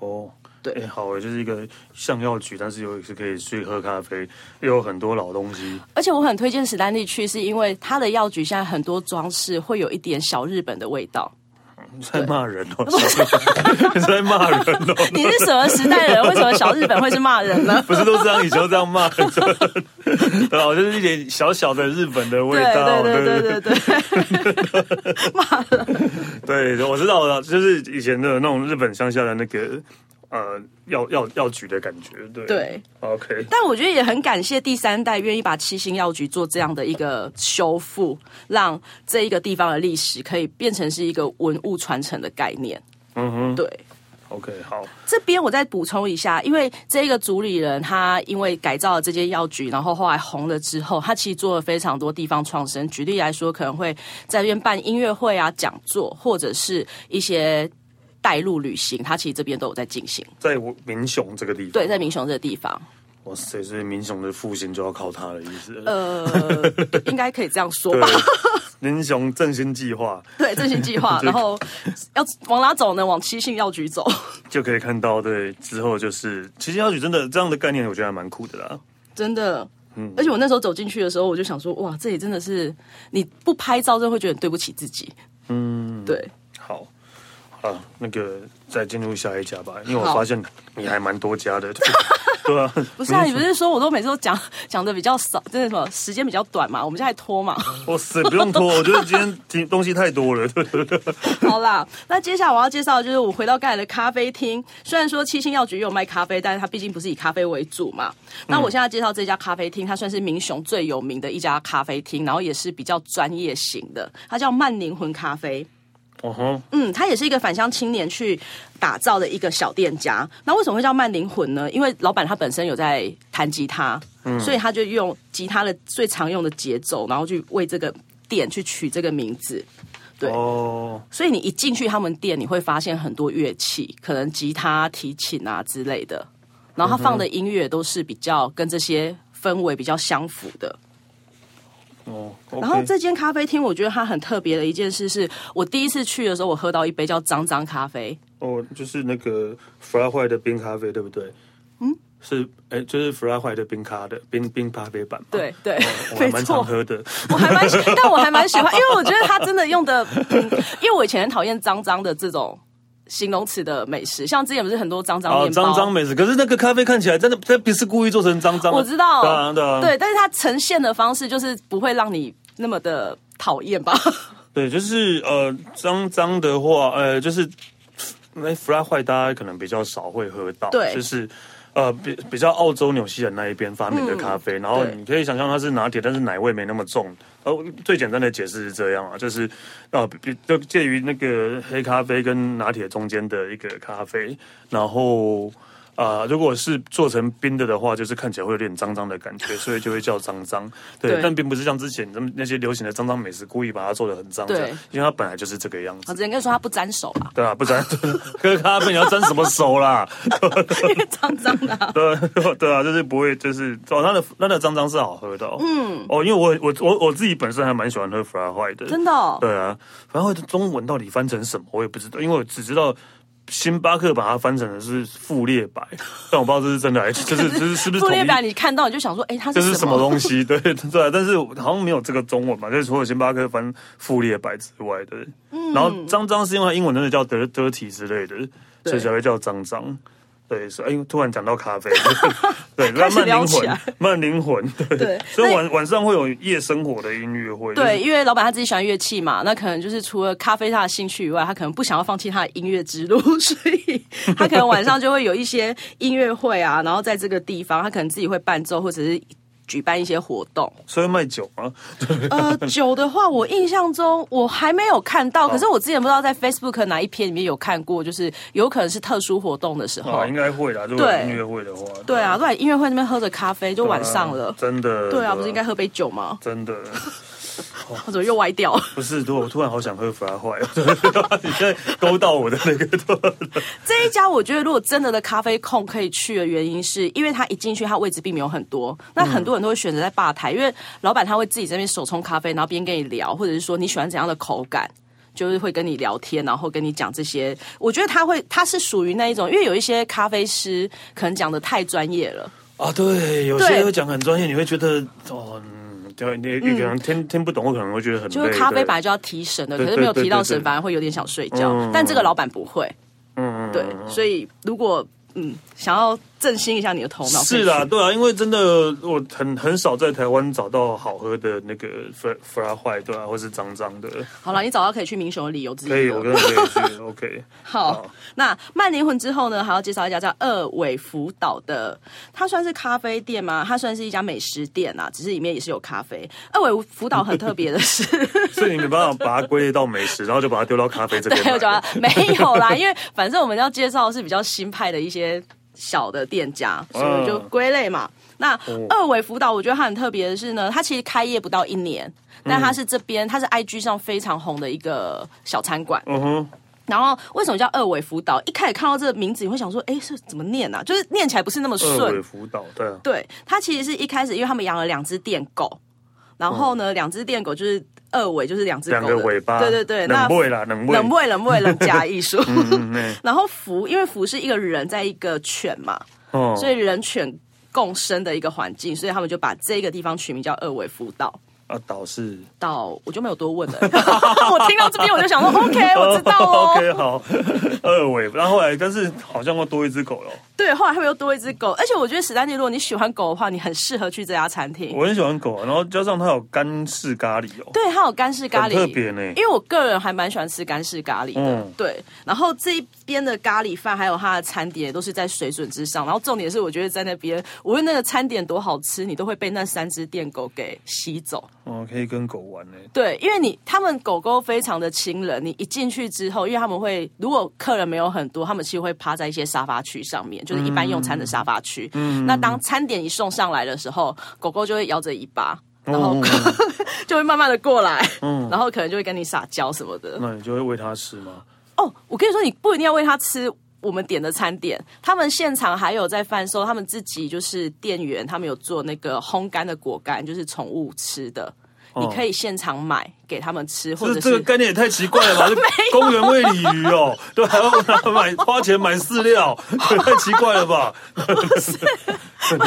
Speaker 1: 哦。
Speaker 2: 对
Speaker 1: 哎、好欸，就是一个像药局，但是又是可以去喝咖啡，又有很多老东西。
Speaker 2: 而且我很推荐史丹利去，是因为他的药局现在很多装饰会有一点小日本的味 道。
Speaker 1: 你在骂人哦，你 在骂人哦，
Speaker 2: 你是什么时代人？为什么小日本会是骂人呢？
Speaker 1: 不是都这样，以前都这样骂 人，对啊，我就是一点小小的日本的 味
Speaker 2: 对
Speaker 1: 道，
Speaker 2: 对对对对对。
Speaker 1: 对对，我知道了，就是以前的那种日本乡下的那个呃药药药局的感觉，对
Speaker 2: 对
Speaker 1: ，OK，
Speaker 2: 但我觉得也很感谢第三代愿意把七星药局做这样的一个修复，让这一个地方的历史可以变成是一个文物传承的概念。
Speaker 1: 嗯哼
Speaker 2: 对，
Speaker 1: ，OK，好，
Speaker 2: 这边我再补充一下，因为这个主理人他因为改造了这间药局，然后后来红了之后，他其实做了非常多地方创生。举例来说，可能会在这边办音乐会啊、讲座，或者是一些带路旅行，他其实这边都有在进行。
Speaker 1: 在我民雄这个地方，
Speaker 2: 对，在民雄这个地方，
Speaker 1: 哇塞，所以民雄的复兴就要靠它的意思，
Speaker 2: 呃，应该可以这样说吧。
Speaker 1: 对，民雄振兴计划
Speaker 2: 对，振兴计划，然后要往哪走呢？往七信药局走。
Speaker 1: 就可以看到，对，之后就是其实药局真的这样的概念，我觉得还蛮酷的啦。
Speaker 2: 真的。而且我那时候走进去的时候，我就想说，哇，这里真的是你不拍照，真的会觉得很对不起自己。嗯，对，
Speaker 1: 好，好了，那个再进入下一家吧，因为我
Speaker 2: 好
Speaker 1: 发现你还蛮多家的。 对啊，
Speaker 2: 不是啊，你不是说我都每次都讲讲的比较少，真的什么时间比较短嘛？我们现在还拖嘛？
Speaker 1: 哇塞，不用拖，我觉得今天提东西太多了。对对对，
Speaker 2: 好啦，那接下来我要介绍的就是我回到刚才的咖啡厅。虽然说七星药局也有卖咖啡，但是它毕竟不是以咖啡为主嘛。那我现在介绍这家咖啡厅，它算是民雄最有名的一家咖啡厅，然后也是比较专业型的，它叫慢灵魂咖啡。
Speaker 1: 哦吼，
Speaker 2: 嗯，它也是一个返乡青年去打造的一个小店家。那为什么会叫慢灵魂呢？因为老板他本身有在弹吉他，所以他就用吉他的最常用的节奏，然后去为这个店去取这个名字。对
Speaker 1: 哦，
Speaker 2: 所以你一进去他们店，你会发现很多乐器，可能吉他、提琴啊之类的。然后他放的
Speaker 1: 嗯
Speaker 2: 音乐都是比较跟这些氛围比较相符的。
Speaker 1: 哦，
Speaker 2: 然后这间咖啡厅，我觉得它很特别的一件事是，我第一次去的时候，我喝到一杯叫“脏脏咖啡
Speaker 1: 哦，就是那个 f r a 坏的冰咖啡，对不对？嗯，是，哎，就是 f r a 坏的冰咖的冰冰咖啡版嘛”，。
Speaker 2: 对对，
Speaker 1: 哦我还
Speaker 2: 没
Speaker 1: 蛮常
Speaker 2: 错，
Speaker 1: 喝的。
Speaker 2: 我还蛮，喜，但我还 蛮喜欢，因为我觉得它真的用的，嗯因为我以前很讨厌脏脏的这种形容词的美食，像之前不是很多脏脏
Speaker 1: 哦，
Speaker 2: 面包，
Speaker 1: 脏脏美食，可是那个咖啡看起来真的，它不是故意做成脏脏的。
Speaker 2: 我知道
Speaker 1: 对啊，对啊，
Speaker 2: 对，但是它呈现的方式就是不会让你那么的讨 厌吧？
Speaker 1: 对，就是呃，脏脏的话，呃，就是那 flat 坏，大家可能比较少会喝到，
Speaker 2: 对
Speaker 1: 就是。呃，比比较澳洲、纽西兰那一边发明的咖啡，然后
Speaker 2: 嗯对
Speaker 1: 你可以想象它是拿铁，但是奶味没那么重。呃，最简单的解释是这样啊，就是呃，比比就介于那个黑咖啡跟拿铁中间的一个咖啡，然后啊、呃如果是做成冰的的话，就是看起来会有点脏脏的感觉，所以就会叫脏脏。对，
Speaker 2: 对
Speaker 1: 但并不是像之前他们那些流行的脏脏美食故意把它做的很脏，
Speaker 2: 对
Speaker 1: 这样因为它本来就是这个样
Speaker 2: 我
Speaker 1: 子。
Speaker 2: 之前跟你说它不沾手 啊，
Speaker 1: 对啊，不沾喝咖啡你要沾什么手啦？
Speaker 2: 因为脏脏的啊、
Speaker 1: 对对 啊，就是不会，就是哦，它的它的脏脏是好喝的、哦，嗯，哦，因为我我我我自己本身还蛮喜欢喝 f r a 坏的，
Speaker 2: 真的哦、
Speaker 1: 对啊，反正中文到底翻成什么我也不知道，因为我只知道星巴克把它翻成的是富列白，但我不知道这是真的还是就是就是是不是
Speaker 2: 布
Speaker 1: 统
Speaker 2: 列
Speaker 1: 一
Speaker 2: 表你看到你就想说，哎、它
Speaker 1: 这
Speaker 2: 是
Speaker 1: 是
Speaker 2: 什
Speaker 1: 什
Speaker 2: 么
Speaker 1: 么？东西？对 对啊，但是好像没有这个中文嘛，就是除了星巴克翻富列白之外的，
Speaker 2: 嗯
Speaker 1: 然后脏脏是因为它英文真的叫德德体之类的，所以才会叫脏脏。对，所以哎呦，突然讲到咖啡， 对，那
Speaker 2: 开始
Speaker 1: 慢
Speaker 2: 聊
Speaker 1: 灵
Speaker 2: 起
Speaker 1: 魂
Speaker 2: 来，
Speaker 1: 慢灵魂，对，
Speaker 2: 对
Speaker 1: 所以
Speaker 2: 那
Speaker 1: 晚晚上会有夜生活的音乐会，就是
Speaker 2: 对，因为老板他自己喜欢乐器嘛，那可能就是除了咖啡他的兴趣以外，他可能不想要放弃他的音乐之路， 所以他可能晚上就会有一些音乐会啊，然后在这个地方，他可能自己会伴奏或者是举办一些活动。
Speaker 1: 所以卖酒吗？
Speaker 2: 呃， 酒的话，我印象中我还没有看到，可是我之前不知道在 Facebook 哪一篇里面有看过，就是有可能是特殊活动的时候
Speaker 1: 啊，，应该会啦，如果有
Speaker 2: 对
Speaker 1: 音乐会的话，
Speaker 2: 对啊，，不然音乐会那边喝着咖啡就晚上了。
Speaker 1: 真的，
Speaker 2: 对啊，哦不是应该喝杯酒吗？
Speaker 1: 真的
Speaker 2: 或者又歪掉？
Speaker 1: 不是？对，我突然好想喝 f r a 坏， 你现在勾到我的那个。
Speaker 2: 这一家我觉得，如果真的的咖啡控可以去的原因是，因为他一进去，他位置并没有很多，那很多人都会选择在吧台，因为老板他会自己这边手冲咖啡，然后边跟你聊，或者是说你喜欢怎样的口感。就是会跟你聊天，然后跟你讲这些。我觉得他会，他是属于那一种，因为有一些咖啡师可能讲的太专业了，
Speaker 1: 啊，对，有
Speaker 2: 对
Speaker 1: 些会讲很专业，你会觉得哦，嗯，对，你你可能听听不懂，我可能会觉得很累。
Speaker 2: 就是咖啡
Speaker 1: 对
Speaker 2: 本来就要提神的，
Speaker 1: 对
Speaker 2: 可是没有
Speaker 1: 对对
Speaker 2: 提到
Speaker 1: 对对
Speaker 2: 神，反而会有点想睡觉。
Speaker 1: 嗯
Speaker 2: 但这个老板不会，
Speaker 1: 嗯，嗯
Speaker 2: 对，所以如果嗯想要振兴一下你的头脑，
Speaker 1: 是
Speaker 2: 啦
Speaker 1: 啦，，对啊，因为真的我很很少在台湾找到好喝的那个 f f r a 坏，对啊，或是脏脏的，
Speaker 2: 好了，你找到可以去民雄的理由之一了。
Speaker 1: 可以，我跟你可以 去，OK。
Speaker 2: 好，那慢灵魂之后呢，还要介绍一家叫二尾福岛的，它算是咖啡店吗？它算是一家美食店啊，只是里面也是有咖啡。二尾福岛很特别的是，
Speaker 1: 所以你没办法把它归类到美食，然后就把它丢到咖啡这边
Speaker 2: 对，我
Speaker 1: 来。
Speaker 2: 讲了没有啦，因为反正我们要介绍的是比较新派的一些小的店家，所以我就归类嘛。那二维辅导，我觉得它很特别的是呢，它其实开业不到一年，但它是这边它是 IG 上非常红的一个小餐馆。
Speaker 1: 嗯哼，
Speaker 2: 然后为什么叫二维辅导？一开始看到这个名字，你会想说，哎，是怎么念啊？就是念起来不是那么
Speaker 1: 二
Speaker 2: 顺
Speaker 1: 尾，辅导，对啊，
Speaker 2: 对，它其实是一开始，因为他们养了两只电狗，然后呢，两只电狗就是二尾，就是两只狗
Speaker 1: 两
Speaker 2: 的
Speaker 1: 个尾巴，
Speaker 2: 对对对，那
Speaker 1: 冷味啦，冷味，
Speaker 2: 冷，味冷味冷加艺术。
Speaker 1: 嗯，嗯
Speaker 2: 然后福，因为福是一个人在一个犬嘛，
Speaker 1: 哦，
Speaker 2: 所以人犬共生的一个环境，所以他们就把这个地方取名叫二尾福岛。
Speaker 1: 啊，岛是
Speaker 2: 到我就没有多问了，我听到这边我就想说 OK，我知道
Speaker 1: OK，
Speaker 2: 哦。
Speaker 1: 好，二尾。然后后来，但是好像要多一只狗了。
Speaker 2: 对，后来他们又多一只狗，而且我觉得史丹利，如果你喜欢狗的话，你很适合去这家餐厅。
Speaker 1: 我很喜欢狗啊，然后加上它有干式咖喱哦。
Speaker 2: 对，它有干式咖喱，
Speaker 1: 很特别呢
Speaker 2: 因为我个人还蛮喜欢吃干式咖喱的，
Speaker 1: 嗯
Speaker 2: 对。然后这一边的咖喱饭还有它的餐点也都是在水准之上。然后重点是，我觉得在那边，无论那个餐点多好吃，你都会被那三只电狗给吸走。
Speaker 1: 哦，可以跟狗玩呢。
Speaker 2: 对，因为你他们狗狗非常的亲人，你一进去之后，因为他们会如果客人没有很多，他们其实会趴在一些沙发区上面，就是一般用餐的沙发区。嗯，那当餐点一送上来的时候，狗狗就会摇着尾巴。然后、
Speaker 1: 嗯嗯
Speaker 2: 就会慢慢的过来，
Speaker 1: 嗯
Speaker 2: 然后可能就会跟你撒娇什么的。
Speaker 1: 那你就会喂它吃吗？
Speaker 2: 哦，我跟你说，你不一定要喂他吃我们点的餐点，他们现场还有在贩售，他们自己就是店员，他们有做那个烘干的果干，就是宠物吃的，你可以现场买给他们吃， 或
Speaker 1: 这
Speaker 2: 者
Speaker 1: 哦这个
Speaker 2: 是。
Speaker 1: 概念也太奇怪了 吧？这公园喂鲤鱼哦，对，还要拿买花钱买饲料，也太奇怪了 吧？
Speaker 2: 我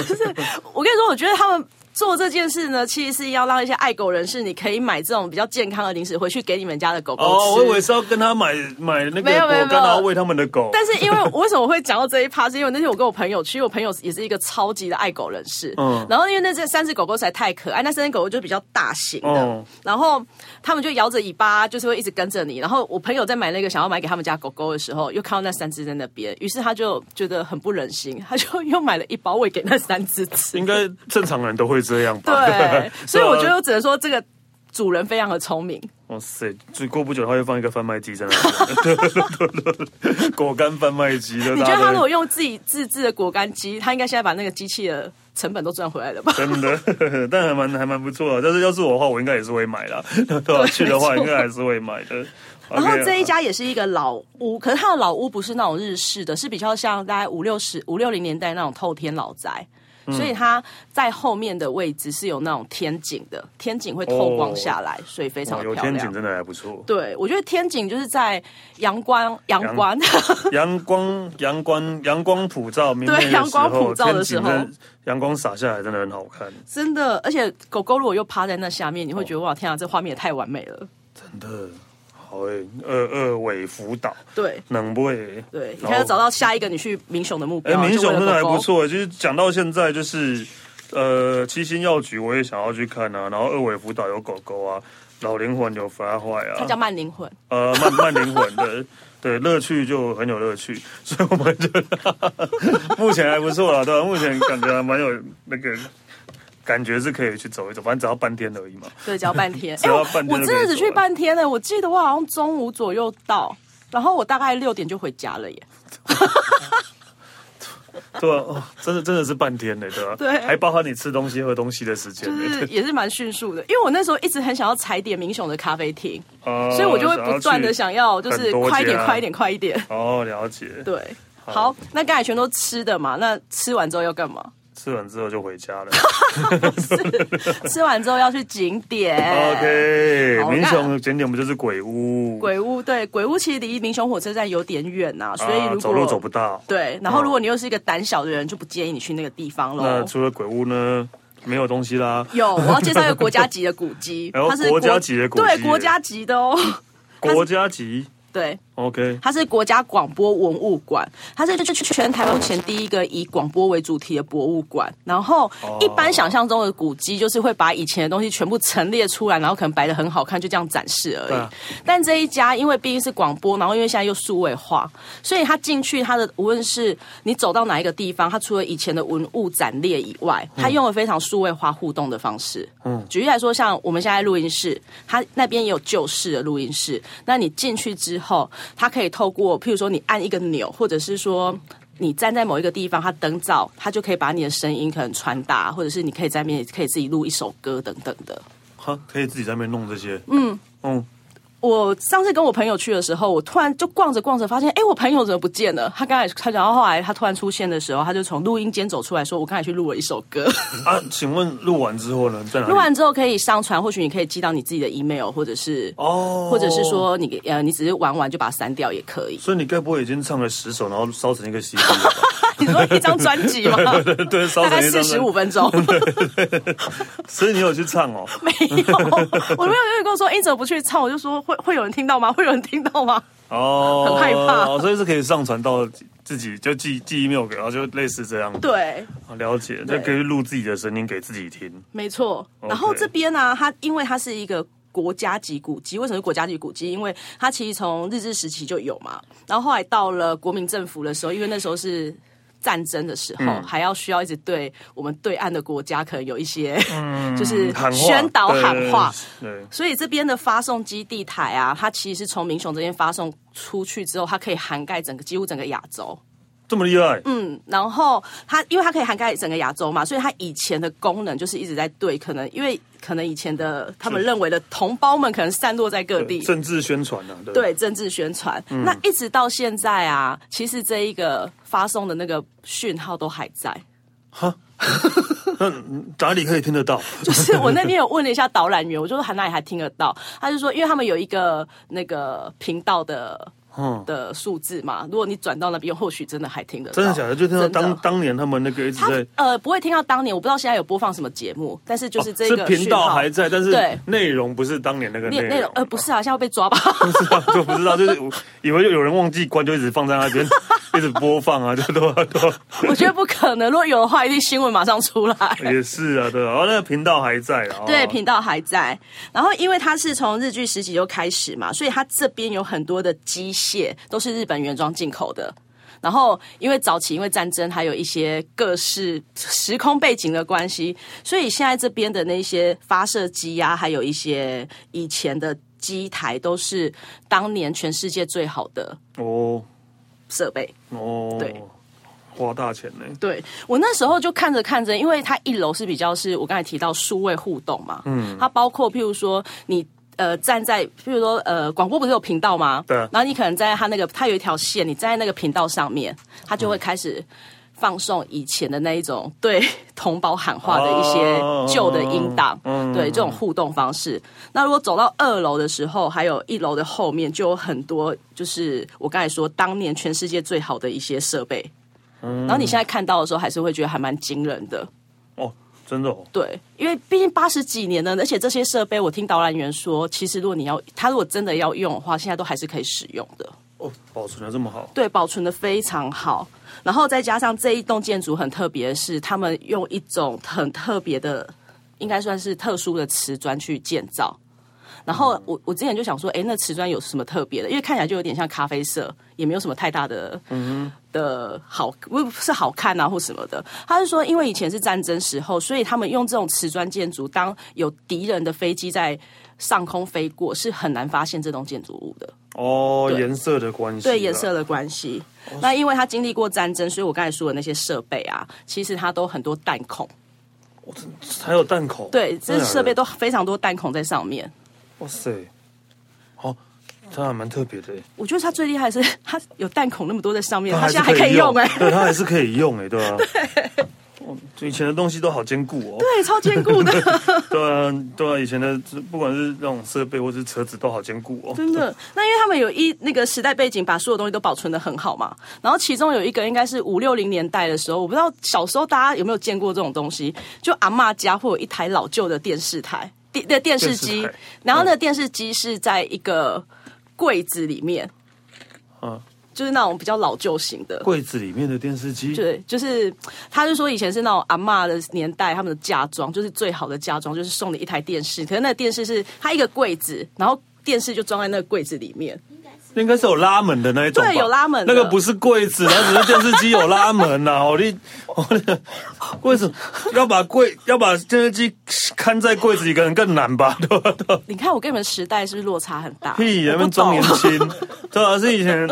Speaker 2: 跟你说，我觉得他们做这件事呢，其实是要让一些爱狗人士，你可以买这种比较健康的零食回去给你们家的狗狗吃。
Speaker 1: 哦，我以为是要跟他买买那个
Speaker 2: 没有
Speaker 1: 果
Speaker 2: 没有
Speaker 1: 干，
Speaker 2: 没有
Speaker 1: 然后喂他们的狗。
Speaker 2: 但是因为我为什么会讲到这一趴，是因为那天我跟我朋友去，因为我朋友也是一个超级的爱狗人士，
Speaker 1: 嗯
Speaker 2: 然后因为那这三只狗狗实在太可爱，那三只狗狗就比较大型的，
Speaker 1: 哦
Speaker 2: 然后他们就摇着尾巴，就是会一直跟着你。然后我朋友在买那个想要买给他们家狗狗的时候，又看到那三只在那边，于是他就觉得很不忍心，他就又买了一包喂给那三只吃。
Speaker 1: 应该正常人都会这样吧？
Speaker 2: 对， 所以我觉
Speaker 1: 对
Speaker 2: 得
Speaker 1: 啊
Speaker 2: 我只能说这个主人非常的聪 明。
Speaker 1: 哇塞，所以过不久他会放一个贩卖机在那里，对对 对对，果干贩卖机的。
Speaker 2: 你
Speaker 1: 大
Speaker 2: 觉
Speaker 1: 家
Speaker 2: 得他
Speaker 1: 都
Speaker 2: 如果用自己自制的果干机，他应该现在把那个机器的成本都赚回来 了吧？
Speaker 1: 真的，但还蛮还蛮不错的。但是要是我的话，我应该也是会买 啦。对吧？去的话，应该还是会买的。
Speaker 2: 然后
Speaker 1: OK 啊
Speaker 2: 这一家也是一个老屋，可是它的老屋不是那种日式的，是比较像大概五六十、五六零年代那种透天老宅。
Speaker 1: 嗯
Speaker 2: 所以它在后面的位置是有那种天井的，天井会透光下来，所以非常
Speaker 1: 哇哦
Speaker 2: 的
Speaker 1: 有
Speaker 2: 漂
Speaker 1: 天井
Speaker 2: 亮。
Speaker 1: 真的还不错。
Speaker 2: 对，我觉得天井就是在阳光阳光
Speaker 1: 阳光阳光阳光普照，明媚
Speaker 2: 对
Speaker 1: 的
Speaker 2: 阳光
Speaker 1: 时候
Speaker 2: 普照的时候，
Speaker 1: 天井真阳光洒下来真的很好看，
Speaker 2: 真的，而且狗狗如果又趴在那下面，你会觉得哇天啊，这画面也太完美了。
Speaker 1: 真的好诶、二二尾辅导，
Speaker 2: 对
Speaker 1: 能不诶？
Speaker 2: 对，
Speaker 1: 然
Speaker 2: 你
Speaker 1: 后
Speaker 2: 看要找到下一个你去民雄的目
Speaker 1: 哎，
Speaker 2: 标，
Speaker 1: 明
Speaker 2: 就
Speaker 1: 雄
Speaker 2: 为了
Speaker 1: 真的还
Speaker 2: 狗
Speaker 1: 不
Speaker 2: 狗。
Speaker 1: 错、就是讲到现在，就是呃，七星药局我也想要去看啊，然后二尾辅导有狗狗啊，老灵魂有发坏
Speaker 2: 它叫
Speaker 1: 啊，
Speaker 2: 慢灵魂，
Speaker 1: 呃，慢慢灵魂的。对，乐趣就很有乐趣，所以我们就目前还不错啦，对啊吧、目前感觉还蛮有那个感觉是可以去走一走，反正只要半天而已嘛。
Speaker 2: 对，只要半 天。
Speaker 1: 只要
Speaker 2: 我
Speaker 1: 半天就
Speaker 2: 我
Speaker 1: 可以
Speaker 2: 真的只
Speaker 1: 走完
Speaker 2: 去半天呢、我记得我好像中午左右到，然后我大概六点就回家了 耶。
Speaker 1: 对啊，哦、真的真的是半天呢，对吧、啊
Speaker 2: 对
Speaker 1: 还包含你吃东西、喝东西的时间
Speaker 2: 就
Speaker 1: 呢。
Speaker 2: 是也是蛮迅速的，因为我那时候一直很想要踩点明雄的咖啡厅，
Speaker 1: 所
Speaker 2: 所以我就会不断的想要就
Speaker 1: 很
Speaker 2: 是
Speaker 1: 多
Speaker 2: 快一点
Speaker 1: 家
Speaker 2: 快一点快一 点。
Speaker 1: 哦，了解。
Speaker 2: 对，好，那刚才全都吃的嘛，那吃完之后要干 嘛？
Speaker 1: 吃完之后就回家 了。
Speaker 2: 吃完之后要去景点。
Speaker 1: OK，
Speaker 2: 哎好
Speaker 1: 民
Speaker 2: 那
Speaker 1: 雄景点不就是鬼屋？
Speaker 2: 鬼屋对鬼屋其实离明雄火车站有点远呐、所以如
Speaker 1: 啊
Speaker 2: 果、
Speaker 1: 走路走不嗯到。
Speaker 2: 对，然后如果你又是一个胆小的人，就不建议你去那个地方喽。
Speaker 1: 那除了鬼屋呢，没有东西啦。
Speaker 2: 哦有，我要介绍一个国家级的古迹，
Speaker 1: 哎呦
Speaker 2: 它是
Speaker 1: 国家级的古迹
Speaker 2: 对，国家级的哦，
Speaker 1: 国家级
Speaker 2: 对，
Speaker 1: ，OK，
Speaker 2: 它是国家广播文物馆，它是就是全台湾前第一个以广播为主题的博物馆。然后
Speaker 1: 哦
Speaker 2: 一般想象中的古迹，就是会把以前的东西全部陈列出来，然后可能摆的很好看，就这样展示而已。
Speaker 1: 对啊
Speaker 2: 但这一家因为毕竟是广播，然后因为现在又数位化，所以它进去它的无论是你走到哪一个地方，它除了以前的文物展列以外，它
Speaker 1: 嗯
Speaker 2: 用了非常数位化互动的方式。嗯，举例来说，像我们现在录音室，它那边也有旧式的录音室，那你进去之后，它可以透过譬如说你按一个钮，或者是说。你站在某一个地方，它灯照，它就可以把你的声音可能传达，或者是你可以在那边也可以自己录一首歌等等的。
Speaker 1: 哈，可以自己在那边弄这些。嗯嗯，
Speaker 2: 我上次跟我朋友去的时候，我突然就逛着逛着发现，哎，我朋友怎么不见了？他刚才他然后后来他突然出现的时候，他就从录音间走出来说，我刚才去录了一首歌。
Speaker 1: 啊，请问录完之后呢，在哪里？
Speaker 2: 录完之后可以上传，或许你可以寄到你自己的 email，或者是
Speaker 1: 哦，。
Speaker 2: 或者是，说你呃你只是玩完就把它删掉也可以
Speaker 1: 所以你该不会已经唱了十首，然后烧成一个 CD 了吧？
Speaker 2: 你说一张专辑吗？
Speaker 1: 对，烧
Speaker 2: 大
Speaker 1: 成
Speaker 2: 概
Speaker 1: 一张
Speaker 2: 四十五分钟，
Speaker 1: 所以你有去唱哦？
Speaker 2: 没有。我没有人跟我说，哎，你怎么不去唱？我就说会会有人听到吗？会有人听到吗？
Speaker 1: 哦，
Speaker 2: 很害怕
Speaker 1: 哦，所以是可以上传到自己就寄寄 email 给，然后就类似这样。
Speaker 2: 对，
Speaker 1: 哦了解，那可以录自己的声音给自己听。
Speaker 2: 没错。
Speaker 1: OK
Speaker 2: 然后这边呢、它因为它是一个国家级古迹，为什么是国家级古迹？因为它其实从日治时期就有嘛，然后后来到了国民政府的时候，因为那时候是。战争的时候，
Speaker 1: 嗯
Speaker 2: 还要需要一直对我们对岸的国家可能有一些，就是
Speaker 1: 嗯喊话
Speaker 2: 嗯宣导喊话，，
Speaker 1: 对对，
Speaker 2: 所以这边的发送基地台啊，它其实是从民雄这边发送出去之后，它可以涵盖整个几乎整个亚洲。
Speaker 1: 这么厉害，
Speaker 2: 嗯，然后它因为它可以涵盖整个亚洲嘛，所以它以前的功能就是一直在对，可能因为可能以前的他们
Speaker 1: 是
Speaker 2: 认为的同胞们可能散落在各地，嗯
Speaker 1: 政治宣传呐、啊，对不
Speaker 2: 对政治宣传、那一直到现在啊，其实这一个发送的那个讯号都还在。
Speaker 1: 哪里可以听得到？
Speaker 2: 就是我那天有问了一下导览员，我就说哪里还听得到？他就说，因为他们有一个那个频道的
Speaker 1: 嗯，
Speaker 2: 的数字嘛，如果你转到那边，或许真的还听得到。
Speaker 1: 真的假的？就听到
Speaker 2: 真的
Speaker 1: 当当年他们那个一直
Speaker 2: 他
Speaker 1: 在。
Speaker 2: 呃不会听到当年，我不知道现在有播放什么节目，但是就是这
Speaker 1: 哦是
Speaker 2: 个
Speaker 1: 频
Speaker 2: 讯
Speaker 1: 道
Speaker 2: 号
Speaker 1: 还在，但是
Speaker 2: 对
Speaker 1: 内容不是当年那个
Speaker 2: 内
Speaker 1: 内
Speaker 2: 内容
Speaker 1: 容，
Speaker 2: 呃不是啊，现在会被抓吧？
Speaker 1: 不知道 就不知道，就是我以为有人忘记关，就一直放在那边， 一直播放啊，就都 都
Speaker 2: 我觉得不可能，如果有的话，一定新闻马上出来。
Speaker 1: 也是啊，对啊，哦，那个频道还在啊，哦
Speaker 2: 对，频道还在。然后，因为它是从日剧十集就开始嘛，所以它这边有很多的机械都是日本原装进口的。然后，因为早期因为战争，还有一些各式时空背景的关系，所以现在这边的那些发射机啊，还有一些以前的机台，都是当年全世界最好的
Speaker 1: 哦
Speaker 2: 设备。
Speaker 1: 哦，
Speaker 2: 对，
Speaker 1: 花大钱呢，
Speaker 2: 对我那时候就看着看着，因为它一楼是比较是我刚才提到数位互动嘛，嗯，它包括譬如说你。呃，站在譬如说，呃，广播不是有频道吗？
Speaker 1: 对
Speaker 2: 然后你可能在它那个，它有一条线，你站在那个频道上面，它就会开始放送以前的那一种对 同胞喊话的一些
Speaker 1: 哦
Speaker 2: 旧的音档，
Speaker 1: 嗯
Speaker 2: 对这种互动方式。那如果走到二楼的时候，还有一楼的后面，就有很多就是我刚才说当年全世界最好的一些设备，
Speaker 1: 嗯
Speaker 2: 然后你现在看到的时候，还是会觉得还蛮惊人的，
Speaker 1: 哦，真的哦，
Speaker 2: 对，因为毕竟八十几年了，而且这些设备，我听导览员说，其实如果你要，他如果真的要用的话，现在都还是可以使用的，
Speaker 1: 哦，保存的这么好，
Speaker 2: 对，保存的非常好。然后再加上这一栋建筑很特别的是，他们用一种很特别的，应该算是特殊的瓷砖去建造。然后我我之前就想说，哎，那瓷砖有什么特别的？因为看起来就有点像咖啡色，也没有什么太大的的好，不是好看啊或什么的。他是说，因为以前是战争时候，所以他们用这种瓷砖建筑，当有敌人的飞机在上空飞过，是很难发现这栋建筑物的。
Speaker 1: 哦，
Speaker 2: 对
Speaker 1: 颜色的关系，
Speaker 2: 对颜，色的关系。那因为他经历过战争，所以我刚才说的那些设备啊，其实它都很多弹孔，
Speaker 1: 还有弹孔，
Speaker 2: 对，
Speaker 1: 真
Speaker 2: 这
Speaker 1: 的假的
Speaker 2: 设备，都非常多弹孔在上面。
Speaker 1: 哇塞，哦，这还蛮特别的耶，
Speaker 2: 我觉得它最厉害的是它有弹孔那么多在上面，
Speaker 1: 但
Speaker 2: 它现在还可以用哎、
Speaker 1: 对，它还是可以用哎、对吧、哦就以前的东西都好坚固哦，
Speaker 2: 对，超坚固的，
Speaker 1: 对啊，对啊，以前的不管是那种设备或是车子都好坚固哦。
Speaker 2: 真的。那因为他们有一那个时代背景，把所有东西都保存的很好嘛。然后其中有一个应该是五六零年代的时候，我不知道小时候大家有没有见过这种东西，就阿嬷家会有一台老旧的电视台电的电视
Speaker 1: 电
Speaker 2: 机
Speaker 1: 视台，
Speaker 2: 然后那个电视机是在一个柜子里面，
Speaker 1: 嗯
Speaker 2: 就是那种比较老旧型的。
Speaker 1: 柜子里面的电视机，
Speaker 2: 对，就是，他就说以前是那种阿嬷的年代，他们的嫁妆就是最好的嫁妆，就是送你一台电视。可是那个电视是它一个柜子，然后电视就装在那个柜子里面。
Speaker 1: 那应该是有拉门的那一种吧。
Speaker 2: 对有拉门的
Speaker 1: 那个不是柜子，那只是电视机有拉门啊 哦呐、我的，我的柜子要把柜要把电视机看在柜子里，可能更难吧， 对啊吧？对吧
Speaker 2: 你看我跟你们时代是不是落差很大？
Speaker 1: 屁，人
Speaker 2: 我
Speaker 1: 们
Speaker 2: 不
Speaker 1: 装
Speaker 2: 懂
Speaker 1: 年 轻， 对啊，是以前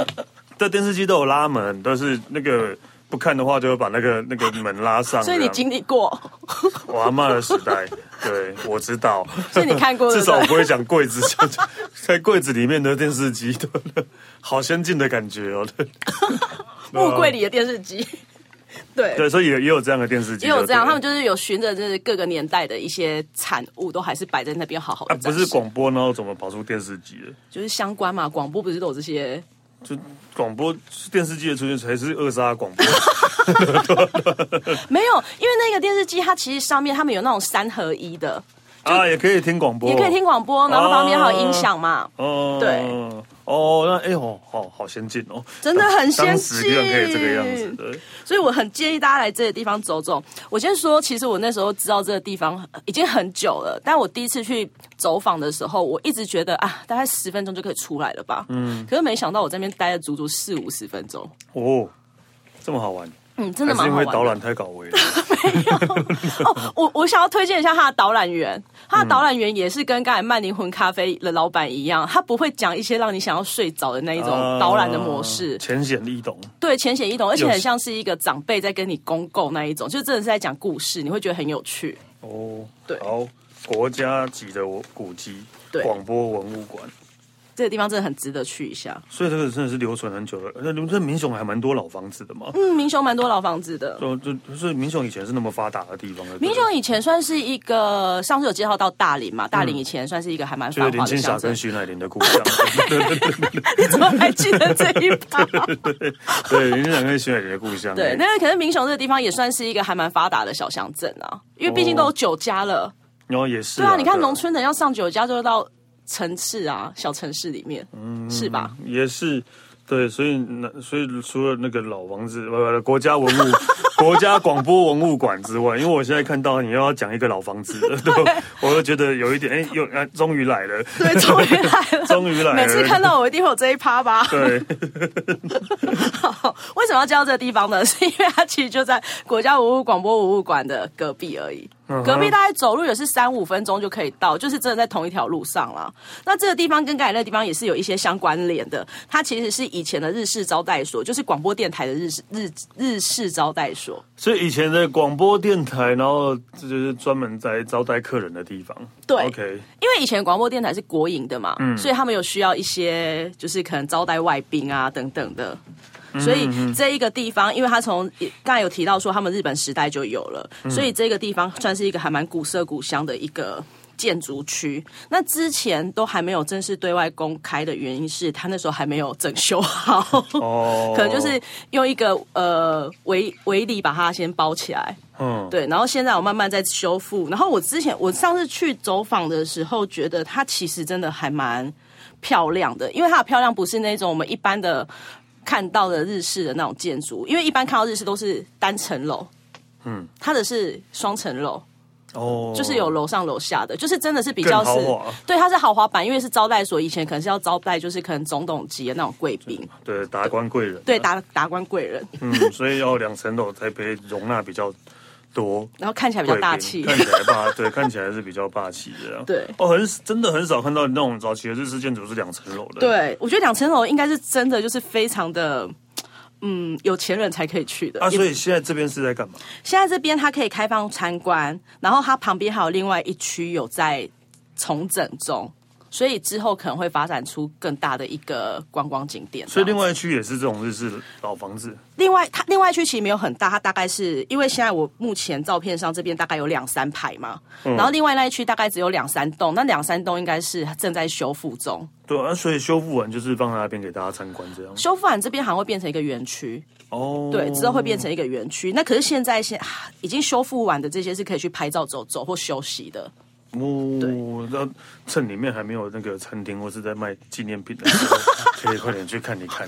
Speaker 1: 的电视机都有拉门，但是那个不看的话，就会把那个那个门拉上。
Speaker 2: 所
Speaker 1: 这
Speaker 2: 以你
Speaker 1: 样
Speaker 2: 经历过，
Speaker 1: 我阿妈的时代，对我知道，
Speaker 2: 所以你看过
Speaker 1: 至
Speaker 2: 对不对
Speaker 1: 少我不会讲柜子，讲在柜子里面的电视机，对不对好先进的感觉哦。 对
Speaker 2: 木柜里的电视机， 对。
Speaker 1: 对，所以也也有这样的电视机，
Speaker 2: 也有这样，
Speaker 1: 对
Speaker 2: 他
Speaker 1: 不
Speaker 2: 们
Speaker 1: 对
Speaker 2: 就是有循着就是各个年代的一些产物，都还是摆在那边好好的、
Speaker 1: 啊，不是，广播，然后怎么跑出电视机的？
Speaker 2: 就是相关嘛。广播不是都有这些？
Speaker 1: 就广播电视机的出现才是扼杀 广播。
Speaker 2: 没有，因为那个电视机它其实上面他们有那种三合一的，
Speaker 1: 啊，也可以听广播，
Speaker 2: 也可以听广播，然后旁边还有音响嘛，
Speaker 1: 哦，
Speaker 2: 对，
Speaker 1: 哦，那哎哦，好好先进哦，
Speaker 2: 真的很先进
Speaker 1: 当时居然可以这个样子，对，
Speaker 2: 所以我很建议大家来这个地方走走。我先说，其实我那时候知道这个地方呃已经很久了，但我第一次去走访的时候，我一直觉得啊，大概十分钟就可以出来了吧，嗯，可是没想到我在那边待了足足四五十分钟，
Speaker 1: 哦，这么好玩，
Speaker 2: 嗯，真的
Speaker 1: 还是
Speaker 2: 蛮
Speaker 1: 因
Speaker 2: 好
Speaker 1: 为
Speaker 2: 玩
Speaker 1: 导
Speaker 2: 的。
Speaker 1: 览太搞味了。
Speaker 2: 哦，我我想要推荐一下他的导览员，他的导览员也是跟刚才曼灵魂咖啡的老板一样，他不会讲一些让你想要睡着的那一种导览的模式。
Speaker 1: 啊浅显易懂。
Speaker 2: 对，浅显易懂，而且
Speaker 1: 有
Speaker 2: 很像是一个长辈在跟你公购那一种，就真的是在讲故事，你会觉得很有趣。
Speaker 1: 哦，
Speaker 2: 对
Speaker 1: 好，国家级的古迹，
Speaker 2: 对
Speaker 1: 广播文物馆，
Speaker 2: 这个地方真的很值得去一下。
Speaker 1: 所以这个真的是留存很久了。那你们这民雄还蛮多老房子的嘛？
Speaker 2: 嗯，民雄蛮多老房子的。
Speaker 1: 就就就是民雄以前是那么发达的地方的，
Speaker 2: 民雄以前算是一个，上次有介绍到大林嘛，大林以前算是一个还蛮
Speaker 1: 就
Speaker 2: 繁
Speaker 1: 是林
Speaker 2: 华的
Speaker 1: 青
Speaker 2: 乡
Speaker 1: 霞
Speaker 2: 镇
Speaker 1: 跟。徐乃麟的故乡， 对对对
Speaker 2: 你怎么还记得这一趴？
Speaker 1: 对，林青霞跟徐乃麟的故乡，
Speaker 2: 对，那个可是民雄这个地方也算是一个还蛮发达的小乡镇啊，因为毕竟都有酒家了。
Speaker 1: 然后也嗯是，
Speaker 2: 对啊，你看农村的要上酒家，就是到城市啊、小城市里面，
Speaker 1: 嗯
Speaker 2: 是吧？
Speaker 1: 也是。对，所以那所以除了那个老房子，不不，国家文物、国家广播文物馆之外，因为我现在看到你又要讲一个老房子了，对，我就觉得有一点，哎，又啊，终于来了，
Speaker 2: 对，终于来 了，
Speaker 1: 终于来了
Speaker 2: 每次看到我一定会有这一趴吧？
Speaker 1: 对，
Speaker 2: 为什么要介绍这个地方呢？ 是因为它其实就在国家文物广播文物馆的隔壁而已。隔壁大概走路也是三五分钟就可以到，就是真的在同一条路上啦。那这个地方跟刚才那个地方也是有一些相关联的，它其实是以前的日式招待所，就是广播电台的日式日日式招待所。
Speaker 1: 所以以前的广播电台，然后这就是专门在招待客人的地方。
Speaker 2: 对
Speaker 1: ，OK，
Speaker 2: 因为以前广播电台是国营的嘛，所以他们有需要一些就是可能招待外宾啊等等的。所以这一个地方，因为它从刚才有提到说他们日本时代就有了，所以这个地方算是一个还蛮古色古香的一个建筑区。那之前都还没有正式对外公开的原因是，它那时候还没有整修好，
Speaker 1: 哦，
Speaker 2: 可能就是用一个呃围围篱把它先包起来，
Speaker 1: 嗯，
Speaker 2: 对，然后现在我慢慢在修复。然后我之前我上次去走访的时候，觉得它其实真的还蛮漂亮的，因为它的漂亮不是那种我们一般的看到的日式的那种建筑，因为一般看到日式都是单层楼，嗯，它的是双层楼。
Speaker 1: 哦，
Speaker 2: 就是有楼上楼下的，就是真的是比较是
Speaker 1: 更豪华，
Speaker 2: 对，它是豪华版，因为是招待所，以前可能是要招待就是可能总统级的那种贵宾，
Speaker 1: 对达官贵人，啊
Speaker 2: 对，达达官贵人，
Speaker 1: 嗯，所以要两层楼才可以容纳比较多。
Speaker 2: 然后看起来比较大
Speaker 1: 贵
Speaker 2: 气
Speaker 1: 宾，看起来霸，对，看起来是比较霸气的啊。
Speaker 2: 对
Speaker 1: 哦，很真的很少看到那种早期的日式建筑是两层楼的。，
Speaker 2: 对，我觉得两层楼应该是真的，就是非常的。嗯，有钱人才可以去的。
Speaker 1: 啊，所
Speaker 2: 也
Speaker 1: 以现在这边是在干嘛？
Speaker 2: 现在这边它可以开放参观，然后它旁边还有另外一区有在重整中，所以之后可能会发展出更大的一个观光景点。
Speaker 1: 所以另
Speaker 2: 外
Speaker 1: 外一区也是这种日式老房子。
Speaker 2: 另外它另外一区其实没有很大，它大概是因为现在我目前照片上这边大概有两三排嘛，
Speaker 1: 嗯
Speaker 2: 然后另外那一区大概只有两三栋，那两三栋应该是正在修复中。
Speaker 1: 对啊，所以修复完就是放在那边给大家参观这样。
Speaker 2: 修复完这边还会变成一个园区，
Speaker 1: 哦，
Speaker 2: 对，之后会变成一个园区。那可是现在现、啊已经修复完的这些是可以去拍照、走走或休息的。
Speaker 1: 哦，那趁里面还没有那个餐厅或是在卖纪念品的时候，可以快点去看一看。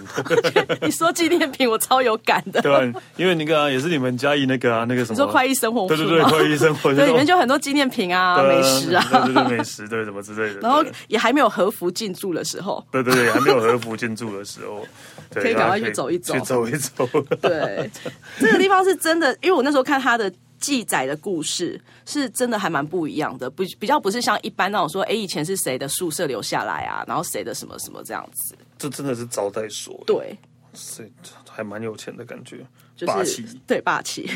Speaker 2: 你说纪念品，我超有感 的。
Speaker 1: 对吧？因为那个、啊、也是你们嘉义那个啊，那个什么，
Speaker 2: 你说快意生活
Speaker 1: 对
Speaker 2: 是
Speaker 1: 对
Speaker 2: 吗？
Speaker 1: 对，快意生活，
Speaker 2: 对，里面
Speaker 1: 就
Speaker 2: 就有很多纪念品啊、
Speaker 1: 那种
Speaker 2: 美食啊，
Speaker 1: 对对对，美食对什么之类的。
Speaker 2: 然后
Speaker 1: 对
Speaker 2: 也还没有和服进驻的时候。
Speaker 1: 对对对，还没有和服建筑的时 候，对
Speaker 2: 可以赶快
Speaker 1: 大家
Speaker 2: 去走一走
Speaker 1: 去走一走。
Speaker 2: 对，这个地方是真的，因为我那时候看他的记载的故事，是真的还蛮不一样的，不比较不是像一般那种说，哎，以前是谁的宿舍留下来啊，然后谁的什么什么这样子。
Speaker 1: 这真的是招待所，
Speaker 2: 对，
Speaker 1: 所以还蛮有钱的感觉，
Speaker 2: 就是
Speaker 1: 霸气。
Speaker 2: 对霸气。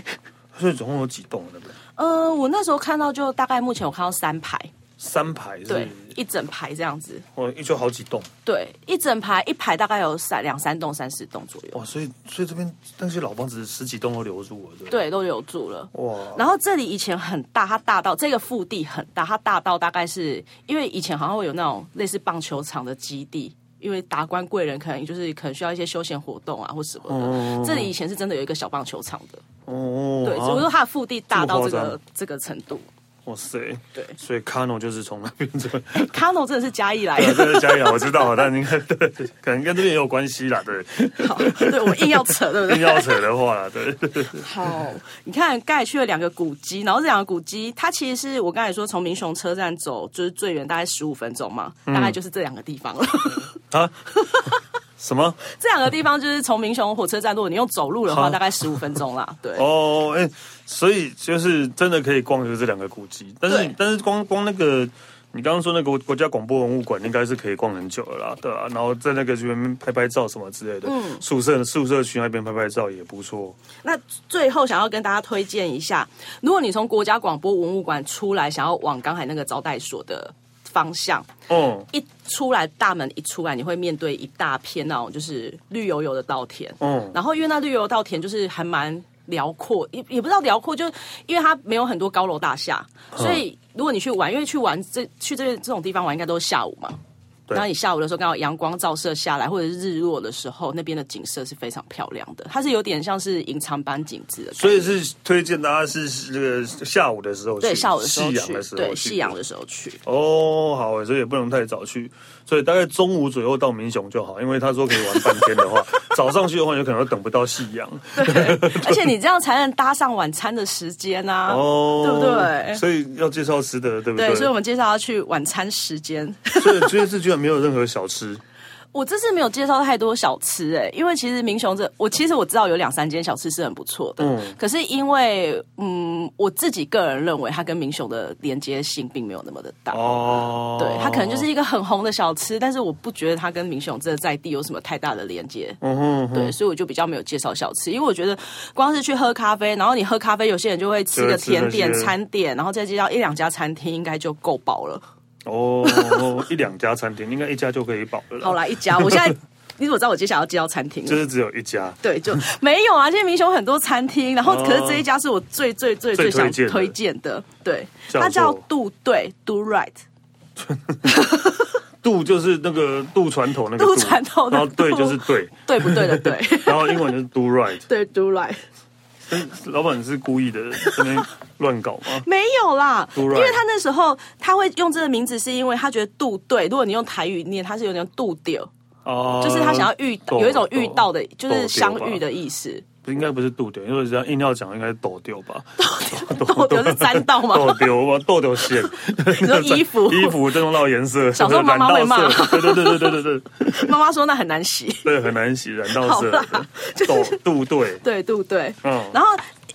Speaker 1: 所以总共有几栋啊那边？
Speaker 2: 呃，我那时候看到就大概目前我看到三排，
Speaker 1: 三排是不
Speaker 2: 对
Speaker 1: 是，
Speaker 2: 一整排这样子，
Speaker 1: 哇，一就好几栋
Speaker 2: 对，一整排一排大概有三两三栋、三四栋左右，
Speaker 1: 哇，所以所以这边那些老房子十几栋都留住了，对不对？
Speaker 2: 对，都留住了。
Speaker 1: 哇，
Speaker 2: 然后这里以前很大，它大到这个腹地很大，它大到大概是因为以前好像会有那种类似棒球场的基地，因为达官贵人可能就是可能需要一些休闲活动啊或什么的。这里以前是真的有一个小棒球场的，
Speaker 1: 哦，
Speaker 2: 对，
Speaker 1: 啊
Speaker 2: 只不过它的腹地大到这
Speaker 1: 这么夸
Speaker 2: 个
Speaker 1: 张
Speaker 2: 这个程度。
Speaker 1: 哇塞，
Speaker 2: 对
Speaker 1: 所以 Cano 就是从那边走。
Speaker 2: 卡诺真的是嘉义来
Speaker 1: 对，
Speaker 2: 的，
Speaker 1: 这是嘉义啊，我知道，但应该对，可能跟这边也有关系啦， 对，
Speaker 2: 好，对我硬要扯，对不对
Speaker 1: 硬？要扯的话啦，对，
Speaker 2: 好，你看刚才去了两个古迹，然后这两个古迹，它其实是我刚才说从民雄车站走，就是最远大概十五分钟嘛，大概就是这两个地方了。
Speaker 1: 啊， 什么？
Speaker 2: 这两个地方就是从民雄火车站，如果你用走路的
Speaker 1: 好
Speaker 2: 话，大概十五分钟啦。对，
Speaker 1: 哦，哎、所以就是真的可以逛，就是这两个古迹，但是
Speaker 2: 对
Speaker 1: 但是光光那个。你刚刚说那个国国家广播文物馆应该是可以逛很久了啦，对啊，然后在那个去那边拍拍照什么之类的，
Speaker 2: 嗯
Speaker 1: 宿舍宿舍区那边拍拍照也不错。
Speaker 2: 那最后想要跟大家推荐一下，如果你从国家广播文物馆出来，想要往刚才那个招待所的方向，
Speaker 1: 哦
Speaker 2: 一出来大门一出来，你会面对一大片那种就是绿油油的稻田。
Speaker 1: 哦，
Speaker 2: 然后因为那绿油油稻田就是还蛮辽阔，也也不知道辽阔，就因为它没有很多高楼大厦，
Speaker 1: 嗯
Speaker 2: 所以如果你去玩，因为去玩这去这这种地方玩，应该都是下午嘛。
Speaker 1: 对
Speaker 2: 然后你下午的时候刚好阳光照射下来，或者是日落的时候，那边的景色是非常漂亮的，它是有点像是隐藏版景致的感觉。
Speaker 1: 所以是推荐大家是是这个下午的时候去，
Speaker 2: 对，下午的时候
Speaker 1: 夕阳
Speaker 2: 去
Speaker 1: 的，时候
Speaker 2: 对，
Speaker 1: 去
Speaker 2: 夕阳的时候去。
Speaker 1: 哦，好，所以也不能太早去，所以大概中午左右到民雄就好，因为他说可以玩半天的话， 早上去的话有可能会等不到夕阳。
Speaker 2: 而且你这样才能搭上晚餐的时间啊。
Speaker 1: 哦，
Speaker 2: 对不对
Speaker 1: 所以要介绍吃的，对不对？
Speaker 2: 对，所以我们接下来要去晚餐时间。
Speaker 1: 所以这次居然没有任何小吃，
Speaker 2: 我这次没有介绍太多小吃哎、因为其实民雄这我其实我知道有两三间小吃是很不错的，
Speaker 1: 嗯
Speaker 2: 可是因为嗯我自己个人认为它跟民雄的连接性并没有那么的大。
Speaker 1: 哦，
Speaker 2: 对，它可能就是一个很红的小吃，但是我不觉得它跟民雄这在地有什么太大的连接。
Speaker 1: 嗯哼，
Speaker 2: 对，所以我就比较没有介绍小吃，因为我觉得光是去喝咖啡，然后你喝咖啡，有些人就会吃
Speaker 1: 就会
Speaker 2: 个
Speaker 1: 吃那
Speaker 2: 甜点、
Speaker 1: 些
Speaker 2: 餐点，然后再介绍一两家餐厅，应该就够 饱了。
Speaker 1: 哦，一两家餐厅应该一家就可以饱了啦，
Speaker 2: 好啦，一家，我现在 你怎么知道我接下来要介绍餐厅了？
Speaker 1: 就是只有一家，
Speaker 2: 对，就没有啊。现在民雄很多餐厅，然后
Speaker 1: 嗯哦
Speaker 2: 可是这一家是我最最最最想
Speaker 1: 最推荐的
Speaker 2: 推荐的，对，
Speaker 1: 叫做
Speaker 2: 它叫杜对 Do Right，
Speaker 1: 渡就是那个渡船头那个渡
Speaker 2: 渡船头的
Speaker 1: 然后对
Speaker 2: 渡
Speaker 1: 就是对，
Speaker 2: 对 不对的对
Speaker 1: 然后英文就是 do right，
Speaker 2: 对 Do Right
Speaker 1: 老板是故意的在那边乱搞吗？
Speaker 2: 没有啦
Speaker 1: Do Right
Speaker 2: 因为他那时候他会用这个名字，是因为他觉得杜对，如果你用台语念，他是有点杜丢，
Speaker 1: 哦，
Speaker 2: 就是他想要遇
Speaker 1: 懂
Speaker 2: 有一种遇
Speaker 1: 懂
Speaker 2: 到的，就是
Speaker 1: 斗
Speaker 2: 相
Speaker 1: 丢吧
Speaker 2: 遇的意思。
Speaker 1: 应该不是渡丢，因为这样硬要讲应该是斗丢吧，
Speaker 2: 斗 丢是沾到吗？
Speaker 1: 斗丢吧，斗丢线，，
Speaker 2: 你说衣 服
Speaker 1: 衣服这种到颜色，
Speaker 2: 小时候妈妈会骂
Speaker 1: 染到色对对对对对对对，
Speaker 2: 妈妈说那很难洗。
Speaker 1: 对很难洗，染到
Speaker 2: 好
Speaker 1: 色
Speaker 2: 啦，就
Speaker 1: 斗
Speaker 2: 是
Speaker 1: 渡对，
Speaker 2: 对 杜对，
Speaker 1: 嗯，
Speaker 2: 然后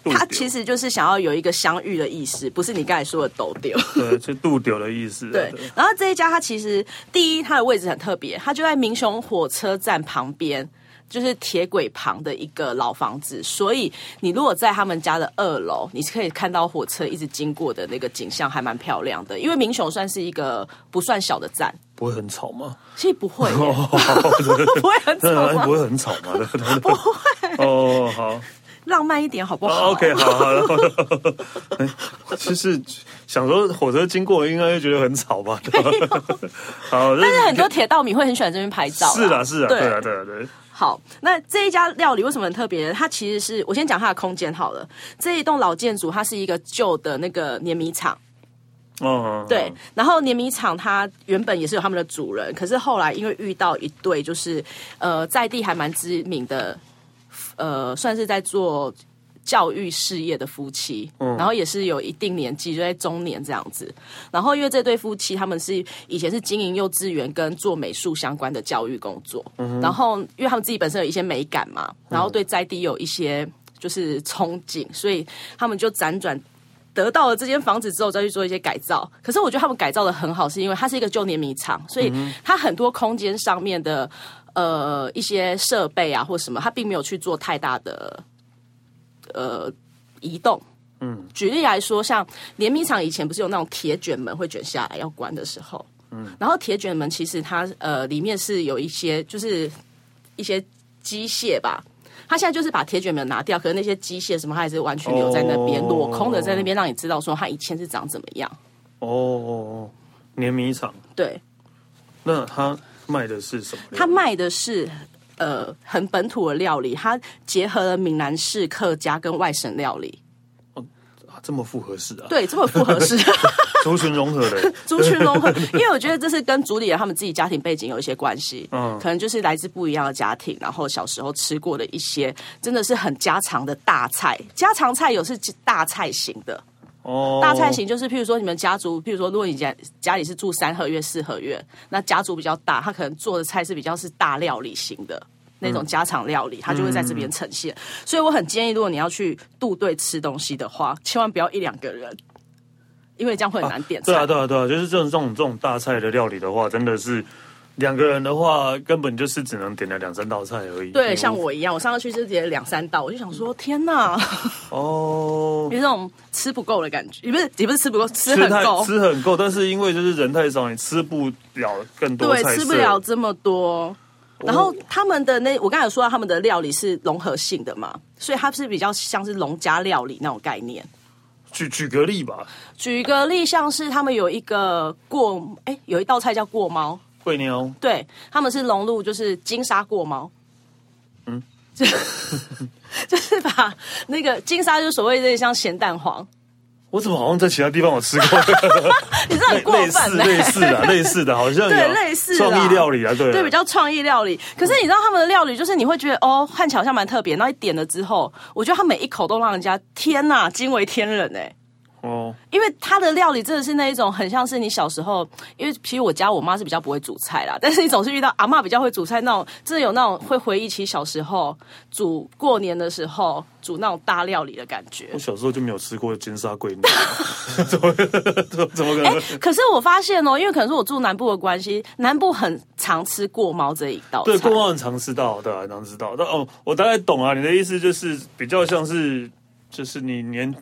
Speaker 1: 丢
Speaker 2: 他其实就是想要有一个相遇的意思，不是你刚才说的斗丢。
Speaker 1: 对，就渡丢的意思，啊
Speaker 2: 对，然后这一家它其实第一它的位置很特别，它就在民雄火车站旁边。就是铁轨旁的一个老房子，所以你如果在他们家的二楼，你是可以看到火车一直经过的那个景象，还蛮漂亮的。因为民雄算是一个不算小的站，
Speaker 1: 不会很吵吗？
Speaker 2: 其实不会耶、
Speaker 1: 哦，
Speaker 2: 不会很吵啊
Speaker 1: 那
Speaker 2: 吗
Speaker 1: 不？会啊很吵吗？不会，哦，好。
Speaker 2: 浪漫一点好不好、
Speaker 1: 哦 OK，好好了，哎就是想说火车经过，应该会觉得很吵吧？对吧 好，但
Speaker 2: 但是很多铁道迷会很喜欢这边拍照啦。
Speaker 1: 是啦是啦，
Speaker 2: 对
Speaker 1: 对啊对啊对啊，
Speaker 2: 好，那这一家料理为什么很特别呢？它其实是我先讲它的空间好了。这一栋老建筑，它是一个旧的那个碾米厂，
Speaker 1: 嗯，
Speaker 2: 对。然后碾米厂它原本也是有他们的主人，可是后来因为遇到一对就是呃在地还蛮知名的，呃，算是在做教育事业的夫妻，
Speaker 1: 嗯
Speaker 2: 然后也是有一定年纪，就在中年这样子。然后因为这对夫妻他们是以前是经营幼稚园跟做美术相关的教育工作，
Speaker 1: 嗯
Speaker 2: 然后因为他们自己本身有一些美感嘛，然后对在地有一些就是憧憬，所以他们就辗转。得到了这间房子之后，再去做一些改造。可是我觉得他们改造的很好，是因为它是一个旧年米厂，所以它很多空间上面的呃一些设备啊或什么，它并没有去做太大的呃移动。嗯，举例来说，像联名厂以前不是有那种铁卷门会卷下来要关的时候，嗯，然后铁卷门其实它呃里面是有一些就是一些机械吧。它现在就是把铁卷门拿掉，可是那些机械什么，它还是完全留在那边，
Speaker 1: 哦
Speaker 2: 裸空的在那边，让你知道说它以前是长怎么样。
Speaker 1: 哦哦哦，碾米厂，
Speaker 2: 对，
Speaker 1: 那他卖的是什么料？
Speaker 2: 它卖的是呃很本土的料理，它结合了闽南式、客家跟外省料理，
Speaker 1: 啊这么复合式啊？，
Speaker 2: 对，这么复合式。
Speaker 1: 族群融合的，
Speaker 2: 族群融合，因为我觉得这是跟主理人他们自己家庭背景有一些关系，
Speaker 1: 嗯
Speaker 2: 嗯，可能就是来自不一样的家庭，然后小时候吃过的一些真的是很家常的大菜，家常菜有是大菜型的，
Speaker 1: 哦，
Speaker 2: 大菜型就是，譬如说你们家族，譬如说如果你家家里是住三合院、四合院，那家族比较大，他可能做的菜是比较是大料理型的。那
Speaker 1: 嗯
Speaker 2: 种家常料理，他就会在这边呈现，所以我很建议，如果你要去杜队吃东西的话，千万不要一两个人，因为这样会很难点菜。
Speaker 1: 对啊，对啊，对啊，就是这种这种这种大菜的料理的话，真的是两个人的话，根本就是只能点了两三道菜而已。
Speaker 2: 对像我一样，我上次去就点两三道，我就想说，天哪，
Speaker 1: 哦
Speaker 2: 有，这种吃不够的感觉，也不是也不是吃不够，吃
Speaker 1: 吃
Speaker 2: 很
Speaker 1: 太
Speaker 2: 够，
Speaker 1: 吃很够，但是因为就是人太少，你吃不了更多
Speaker 2: 对
Speaker 1: 菜，色哦
Speaker 2: 吃不了这么多。然后他们的那，我刚才有说到他们的料理是融合性的嘛，所以它是比较像是农家料理那种概念。
Speaker 1: 举举个例吧，
Speaker 2: 举个例，像是他们有一个过，哎，有一道菜叫过猫，
Speaker 1: 贵妞
Speaker 2: 对，他们是融入就是金沙过猫，嗯， 就就是把那个金沙，就是所谓的像咸蛋黄，
Speaker 1: 我怎么好像在其他地方我吃过
Speaker 2: 你这 很过
Speaker 1: 类似
Speaker 2: 分欸呢、
Speaker 1: 类似 的类似的，好像有
Speaker 2: 对类似啦
Speaker 1: 创意料理啊，对啊
Speaker 2: 对，比较创意料理。可是你知道他们的料理，就是你会觉得哦，看起来好像蛮特别，然后一点了之后，我觉得他每一口都让人家天呐，惊为天人哎、
Speaker 1: 哦，
Speaker 2: 因为他的料理真的是那一种很像是你小时候，因为其实我家我妈是比较不会煮菜啦， 但是你总是遇到阿嬷比较会煮菜那种，真的有那种会回忆起小时候煮过年的时候煮那种大料理的感觉
Speaker 1: 我。小时候就没有吃过金沙贵 妞， 怎么 怎么怎么可能？
Speaker 2: 哎可是我发现哦，因为可能是我住南部的关系，南部很常吃过猫这一道菜。
Speaker 1: 对，过往很常吃到，对、啊，常吃到。但哦，我大概懂啊，你的意思就是比较像是，就是你年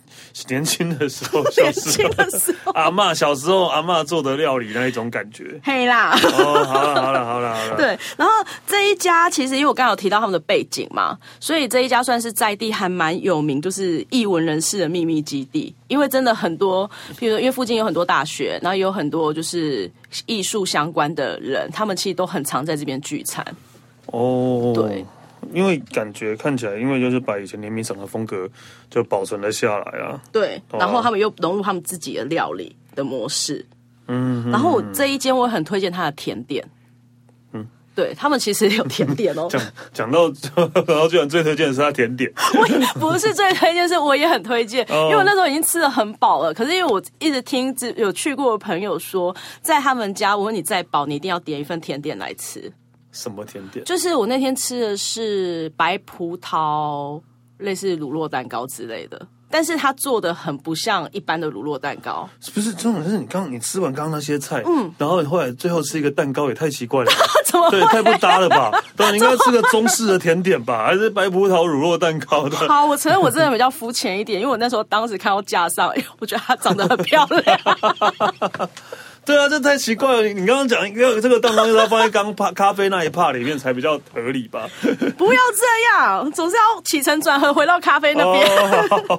Speaker 1: 年轻的时候，小
Speaker 2: 年
Speaker 1: 时
Speaker 2: 轻
Speaker 1: 候
Speaker 2: 的时候，
Speaker 1: 阿嬷小时候阿嬷做的料理那一种感觉。
Speaker 2: 嘿啦。
Speaker 1: 哦，好了，好了，好了，好了。，
Speaker 2: 对，然后这一家其实因为我刚刚有提到他们的背景嘛，所以这一家算是在地还蛮有名，就是艺文人士的秘密基地。因为真的很多，譬如说因为附近有很多大学，然后也有很多就是艺术相关的人，他们其实都很常在这边聚餐。
Speaker 1: 哦，
Speaker 2: 对。
Speaker 1: 因为感觉看起来，因为就是把以前联名厂的风格就保存了下来啊。
Speaker 2: 对，
Speaker 1: 哦
Speaker 2: 然后他们又融入他们自己的料理的模式。嗯，然后我这一间我很推荐它的甜点。嗯，对他们其实也有甜点 哦。
Speaker 1: 讲讲到，然后居然最推荐的是它甜点，
Speaker 2: 我也 不是最推荐，是我也很推荐，
Speaker 1: 哦
Speaker 2: 因为我那时候已经吃的很饱了。可是因为我一直听只有去过的朋友说，在他们家，我说你再饱，你一定要点一份甜点来吃。
Speaker 1: 什么甜点？
Speaker 2: 就是我那天吃的是白葡萄，类似乳酪蛋糕之类的。但是它做的很不像一般的乳酪蛋糕，
Speaker 1: 不是，重点是你刚你吃完刚刚那些菜，嗯，然后你后来最后吃一个蛋糕，也太奇怪了吧。
Speaker 2: 怎么
Speaker 1: 对，太不搭了吧？对，啊你应该吃个中式的甜点吧，还是白葡萄乳酪蛋糕的？
Speaker 2: 好，我承认我真的比较肤浅一点，因为我那时候当时看到架上，哎我觉得它长得很 漂亮。
Speaker 1: 对啊，这太奇怪了。你你刚刚讲，因为这个蛋糕就是要放在刚咖咖啡那一帕里面才比较合理吧？
Speaker 2: 不要这样，总是要起承转合回到咖啡那边，
Speaker 1: 哦，好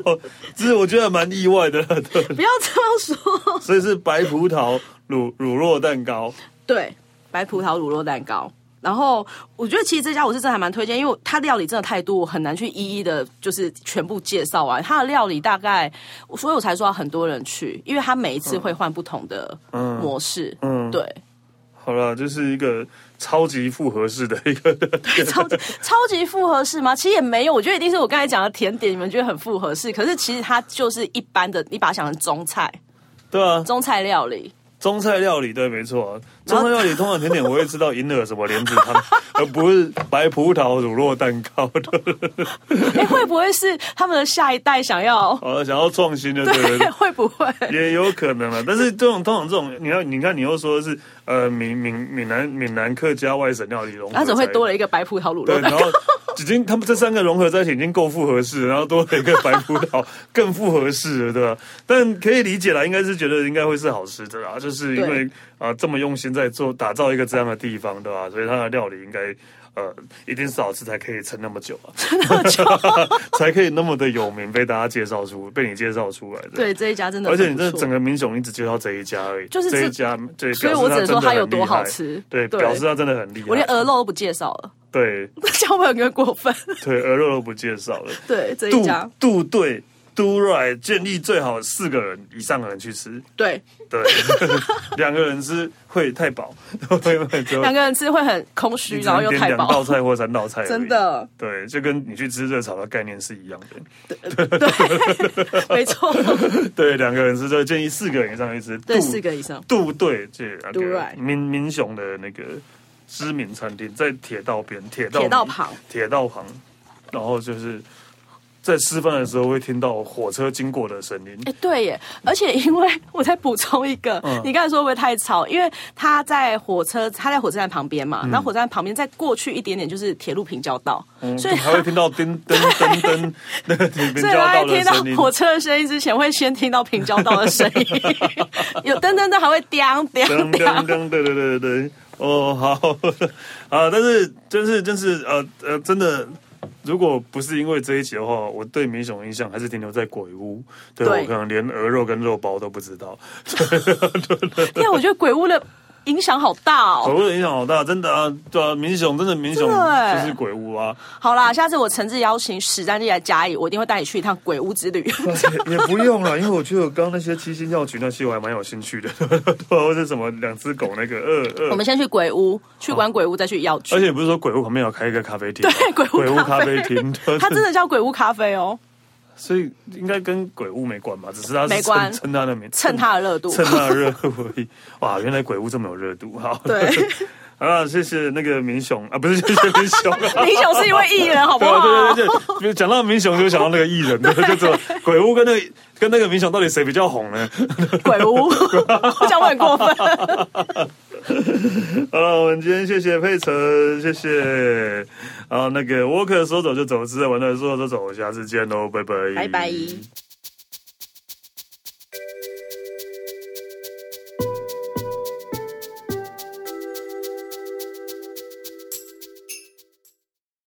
Speaker 1: 这是我觉得蛮意外的，对，
Speaker 2: 不要这样说。
Speaker 1: 所以是白葡萄乳乳酪蛋糕。
Speaker 2: 对，白葡萄乳酪蛋糕。然后我觉得其实这家我是真的还蛮推荐，因为它料理真的太多，我很难去一一的，就是全部介绍完。它的料理大概，所以我才说要很多人去，因为它每一次会换不同的模式。
Speaker 1: 嗯
Speaker 2: 对，
Speaker 1: 好了，就是一个超级复合式的一个，
Speaker 2: 超级超级复合式吗？其实也没有，我觉得一定是我刚才讲的甜点，你们觉得很复合式，可是其实它就是一般的，你把它想成中菜，
Speaker 1: 对啊，
Speaker 2: 中菜料理。
Speaker 1: 中菜料理对，没错、啊，中菜料理通常甜点我会吃到银耳什么莲子汤， 而不是白葡萄乳酪蛋糕的。
Speaker 2: 哎，会不会是他们的下一代想要？？
Speaker 1: 好了，想要创新的， 对不对
Speaker 2: 会 不会？
Speaker 1: 也有可能啊，但是这种通常这种，你看，你看，你又说的是呃闽闽闽南闽南客家外省料理融合，
Speaker 2: 它只啊会多
Speaker 1: 了
Speaker 2: 了一个白葡萄乳酪
Speaker 1: 对，
Speaker 2: 蛋糕
Speaker 1: 然后已经他们这三个融合在一起已经够复合适，然后多了一个白葡萄 更复合适了，对吧？但可以理解啦，应该是觉得应该会是好吃的啦，就是因为啊、这么用心在做打造一个这样的地方，对吧？所以它的料理应该。呃，一定是好吃才可以撑那么久啊， 才可以那么的有名，被大家介绍出，被你介绍出来的。
Speaker 2: 对这一家真的，
Speaker 1: 而且你这整，个民雄，你只介绍这一家而已，
Speaker 2: 就是
Speaker 1: 这
Speaker 2: 这
Speaker 1: 一家，对，
Speaker 2: 所以
Speaker 1: 表示
Speaker 2: 我只能
Speaker 1: 真
Speaker 2: 说
Speaker 1: 的
Speaker 2: 它有
Speaker 1: 很厉
Speaker 2: 多好
Speaker 1: 害
Speaker 2: 吃
Speaker 1: 对，
Speaker 2: 对
Speaker 1: 表示它真的很厉害。
Speaker 2: 我连鹅肉都不介绍 了，
Speaker 1: 对
Speaker 2: 这样会不会有点过分？
Speaker 1: 对鹅肉都不介绍了，
Speaker 2: 对这一
Speaker 1: 杜
Speaker 2: 家，
Speaker 1: 杜队。 do right 建议最好四个人以上的人去吃，
Speaker 2: 对，
Speaker 1: 对，两个人吃会太饱，会会 就
Speaker 2: 两个人吃会很空虚，然后又
Speaker 1: 点
Speaker 2: 太
Speaker 1: 两道
Speaker 2: 饱，
Speaker 1: 菜或三道菜，
Speaker 2: 真。的，
Speaker 1: 对，就跟你去吃热炒的概念是一样的。
Speaker 2: 没 错，
Speaker 1: 对，两个人吃就建议四个人以上去吃，
Speaker 2: 对，
Speaker 1: 杜
Speaker 2: 四个以上，
Speaker 1: 杜对这
Speaker 2: 杜
Speaker 1: 个
Speaker 2: 瑞
Speaker 1: 民民雄的那个知名餐厅，在铁道边，铁道
Speaker 2: 铁道
Speaker 1: 迷
Speaker 2: 旁，
Speaker 1: 铁道旁，然后就是在吃饭的时候会听到火车经过的声音。
Speaker 2: 哎，对耶！而且因为我再补充一个，
Speaker 1: 嗯
Speaker 2: 你刚才说会不会太吵？因为他在火车，他在火车站旁边
Speaker 1: 嗯
Speaker 2: 嘛，然后火车站旁边再过去一点点就是铁路平交道，所以
Speaker 1: 还会听到 叮噔噔噔那个铁平
Speaker 2: 所以
Speaker 1: 交
Speaker 2: 他
Speaker 1: 道
Speaker 2: 在听
Speaker 1: 的声音
Speaker 2: 到，火车的声音之前，会先听到平交道的声 音，有噔噔噔，还会叮
Speaker 1: 噔
Speaker 2: 叮
Speaker 1: 噔
Speaker 2: 叮。
Speaker 1: 噔，对对对对对，哦，好 啊，但是真是真是呃呃，真的。如果不是因为这一集的话，我对民雄印象还是停留在鬼屋，对
Speaker 2: 对
Speaker 1: 我可能连鹅肉跟肉包都不知道。
Speaker 2: 因啊为我觉得鬼屋的影响好大哦。
Speaker 1: 鬼屋的影响好大，真的啊，对啊，民雄真的民雄
Speaker 2: 真的欸
Speaker 1: 就是鬼屋啊，
Speaker 2: 好啦，下次我诚挚邀请史丹利来嘉义，我一定会带你去一趟鬼屋之 旅。
Speaker 1: 也不用了，因为我觉得刚刚那些七星药局那些我还蛮有兴趣的， 或者什么两只狗那个呃
Speaker 2: 我
Speaker 1: 呃，
Speaker 2: 们先去鬼屋，去玩鬼屋，再去药局
Speaker 1: 而。且不是说鬼屋旁边有开一个咖啡厅吗，
Speaker 2: 对哦 鬼屋
Speaker 1: 咖
Speaker 2: 咖啡
Speaker 1: 啡 厅，
Speaker 2: 它真的叫鬼屋咖啡哦，
Speaker 1: 所以应该跟鬼屋没关吧？只是它是
Speaker 2: 没关
Speaker 1: 蹭蹭它的名，
Speaker 2: 蹭它的热 度。
Speaker 1: 蹭它的热度而已。 哇，原来鬼屋这么有热度，好。
Speaker 2: 对，
Speaker 1: 好了，谢谢那个明雄啊，不是谢谢明雄啊。
Speaker 2: 林雄是一位艺 人，好不
Speaker 1: 对
Speaker 2: 好？
Speaker 1: 啊对对对对，讲到明雄就想到那个艺人， 对，就走鬼屋跟那个跟那个明雄到底谁比较红呢？
Speaker 2: 鬼屋， 这样会很过分。
Speaker 1: 好了，我们今天谢谢佩晨，谢谢。然后那个 Walker 说走就走，吃的玩的说走就走，下次见喽，拜拜，
Speaker 2: 拜拜。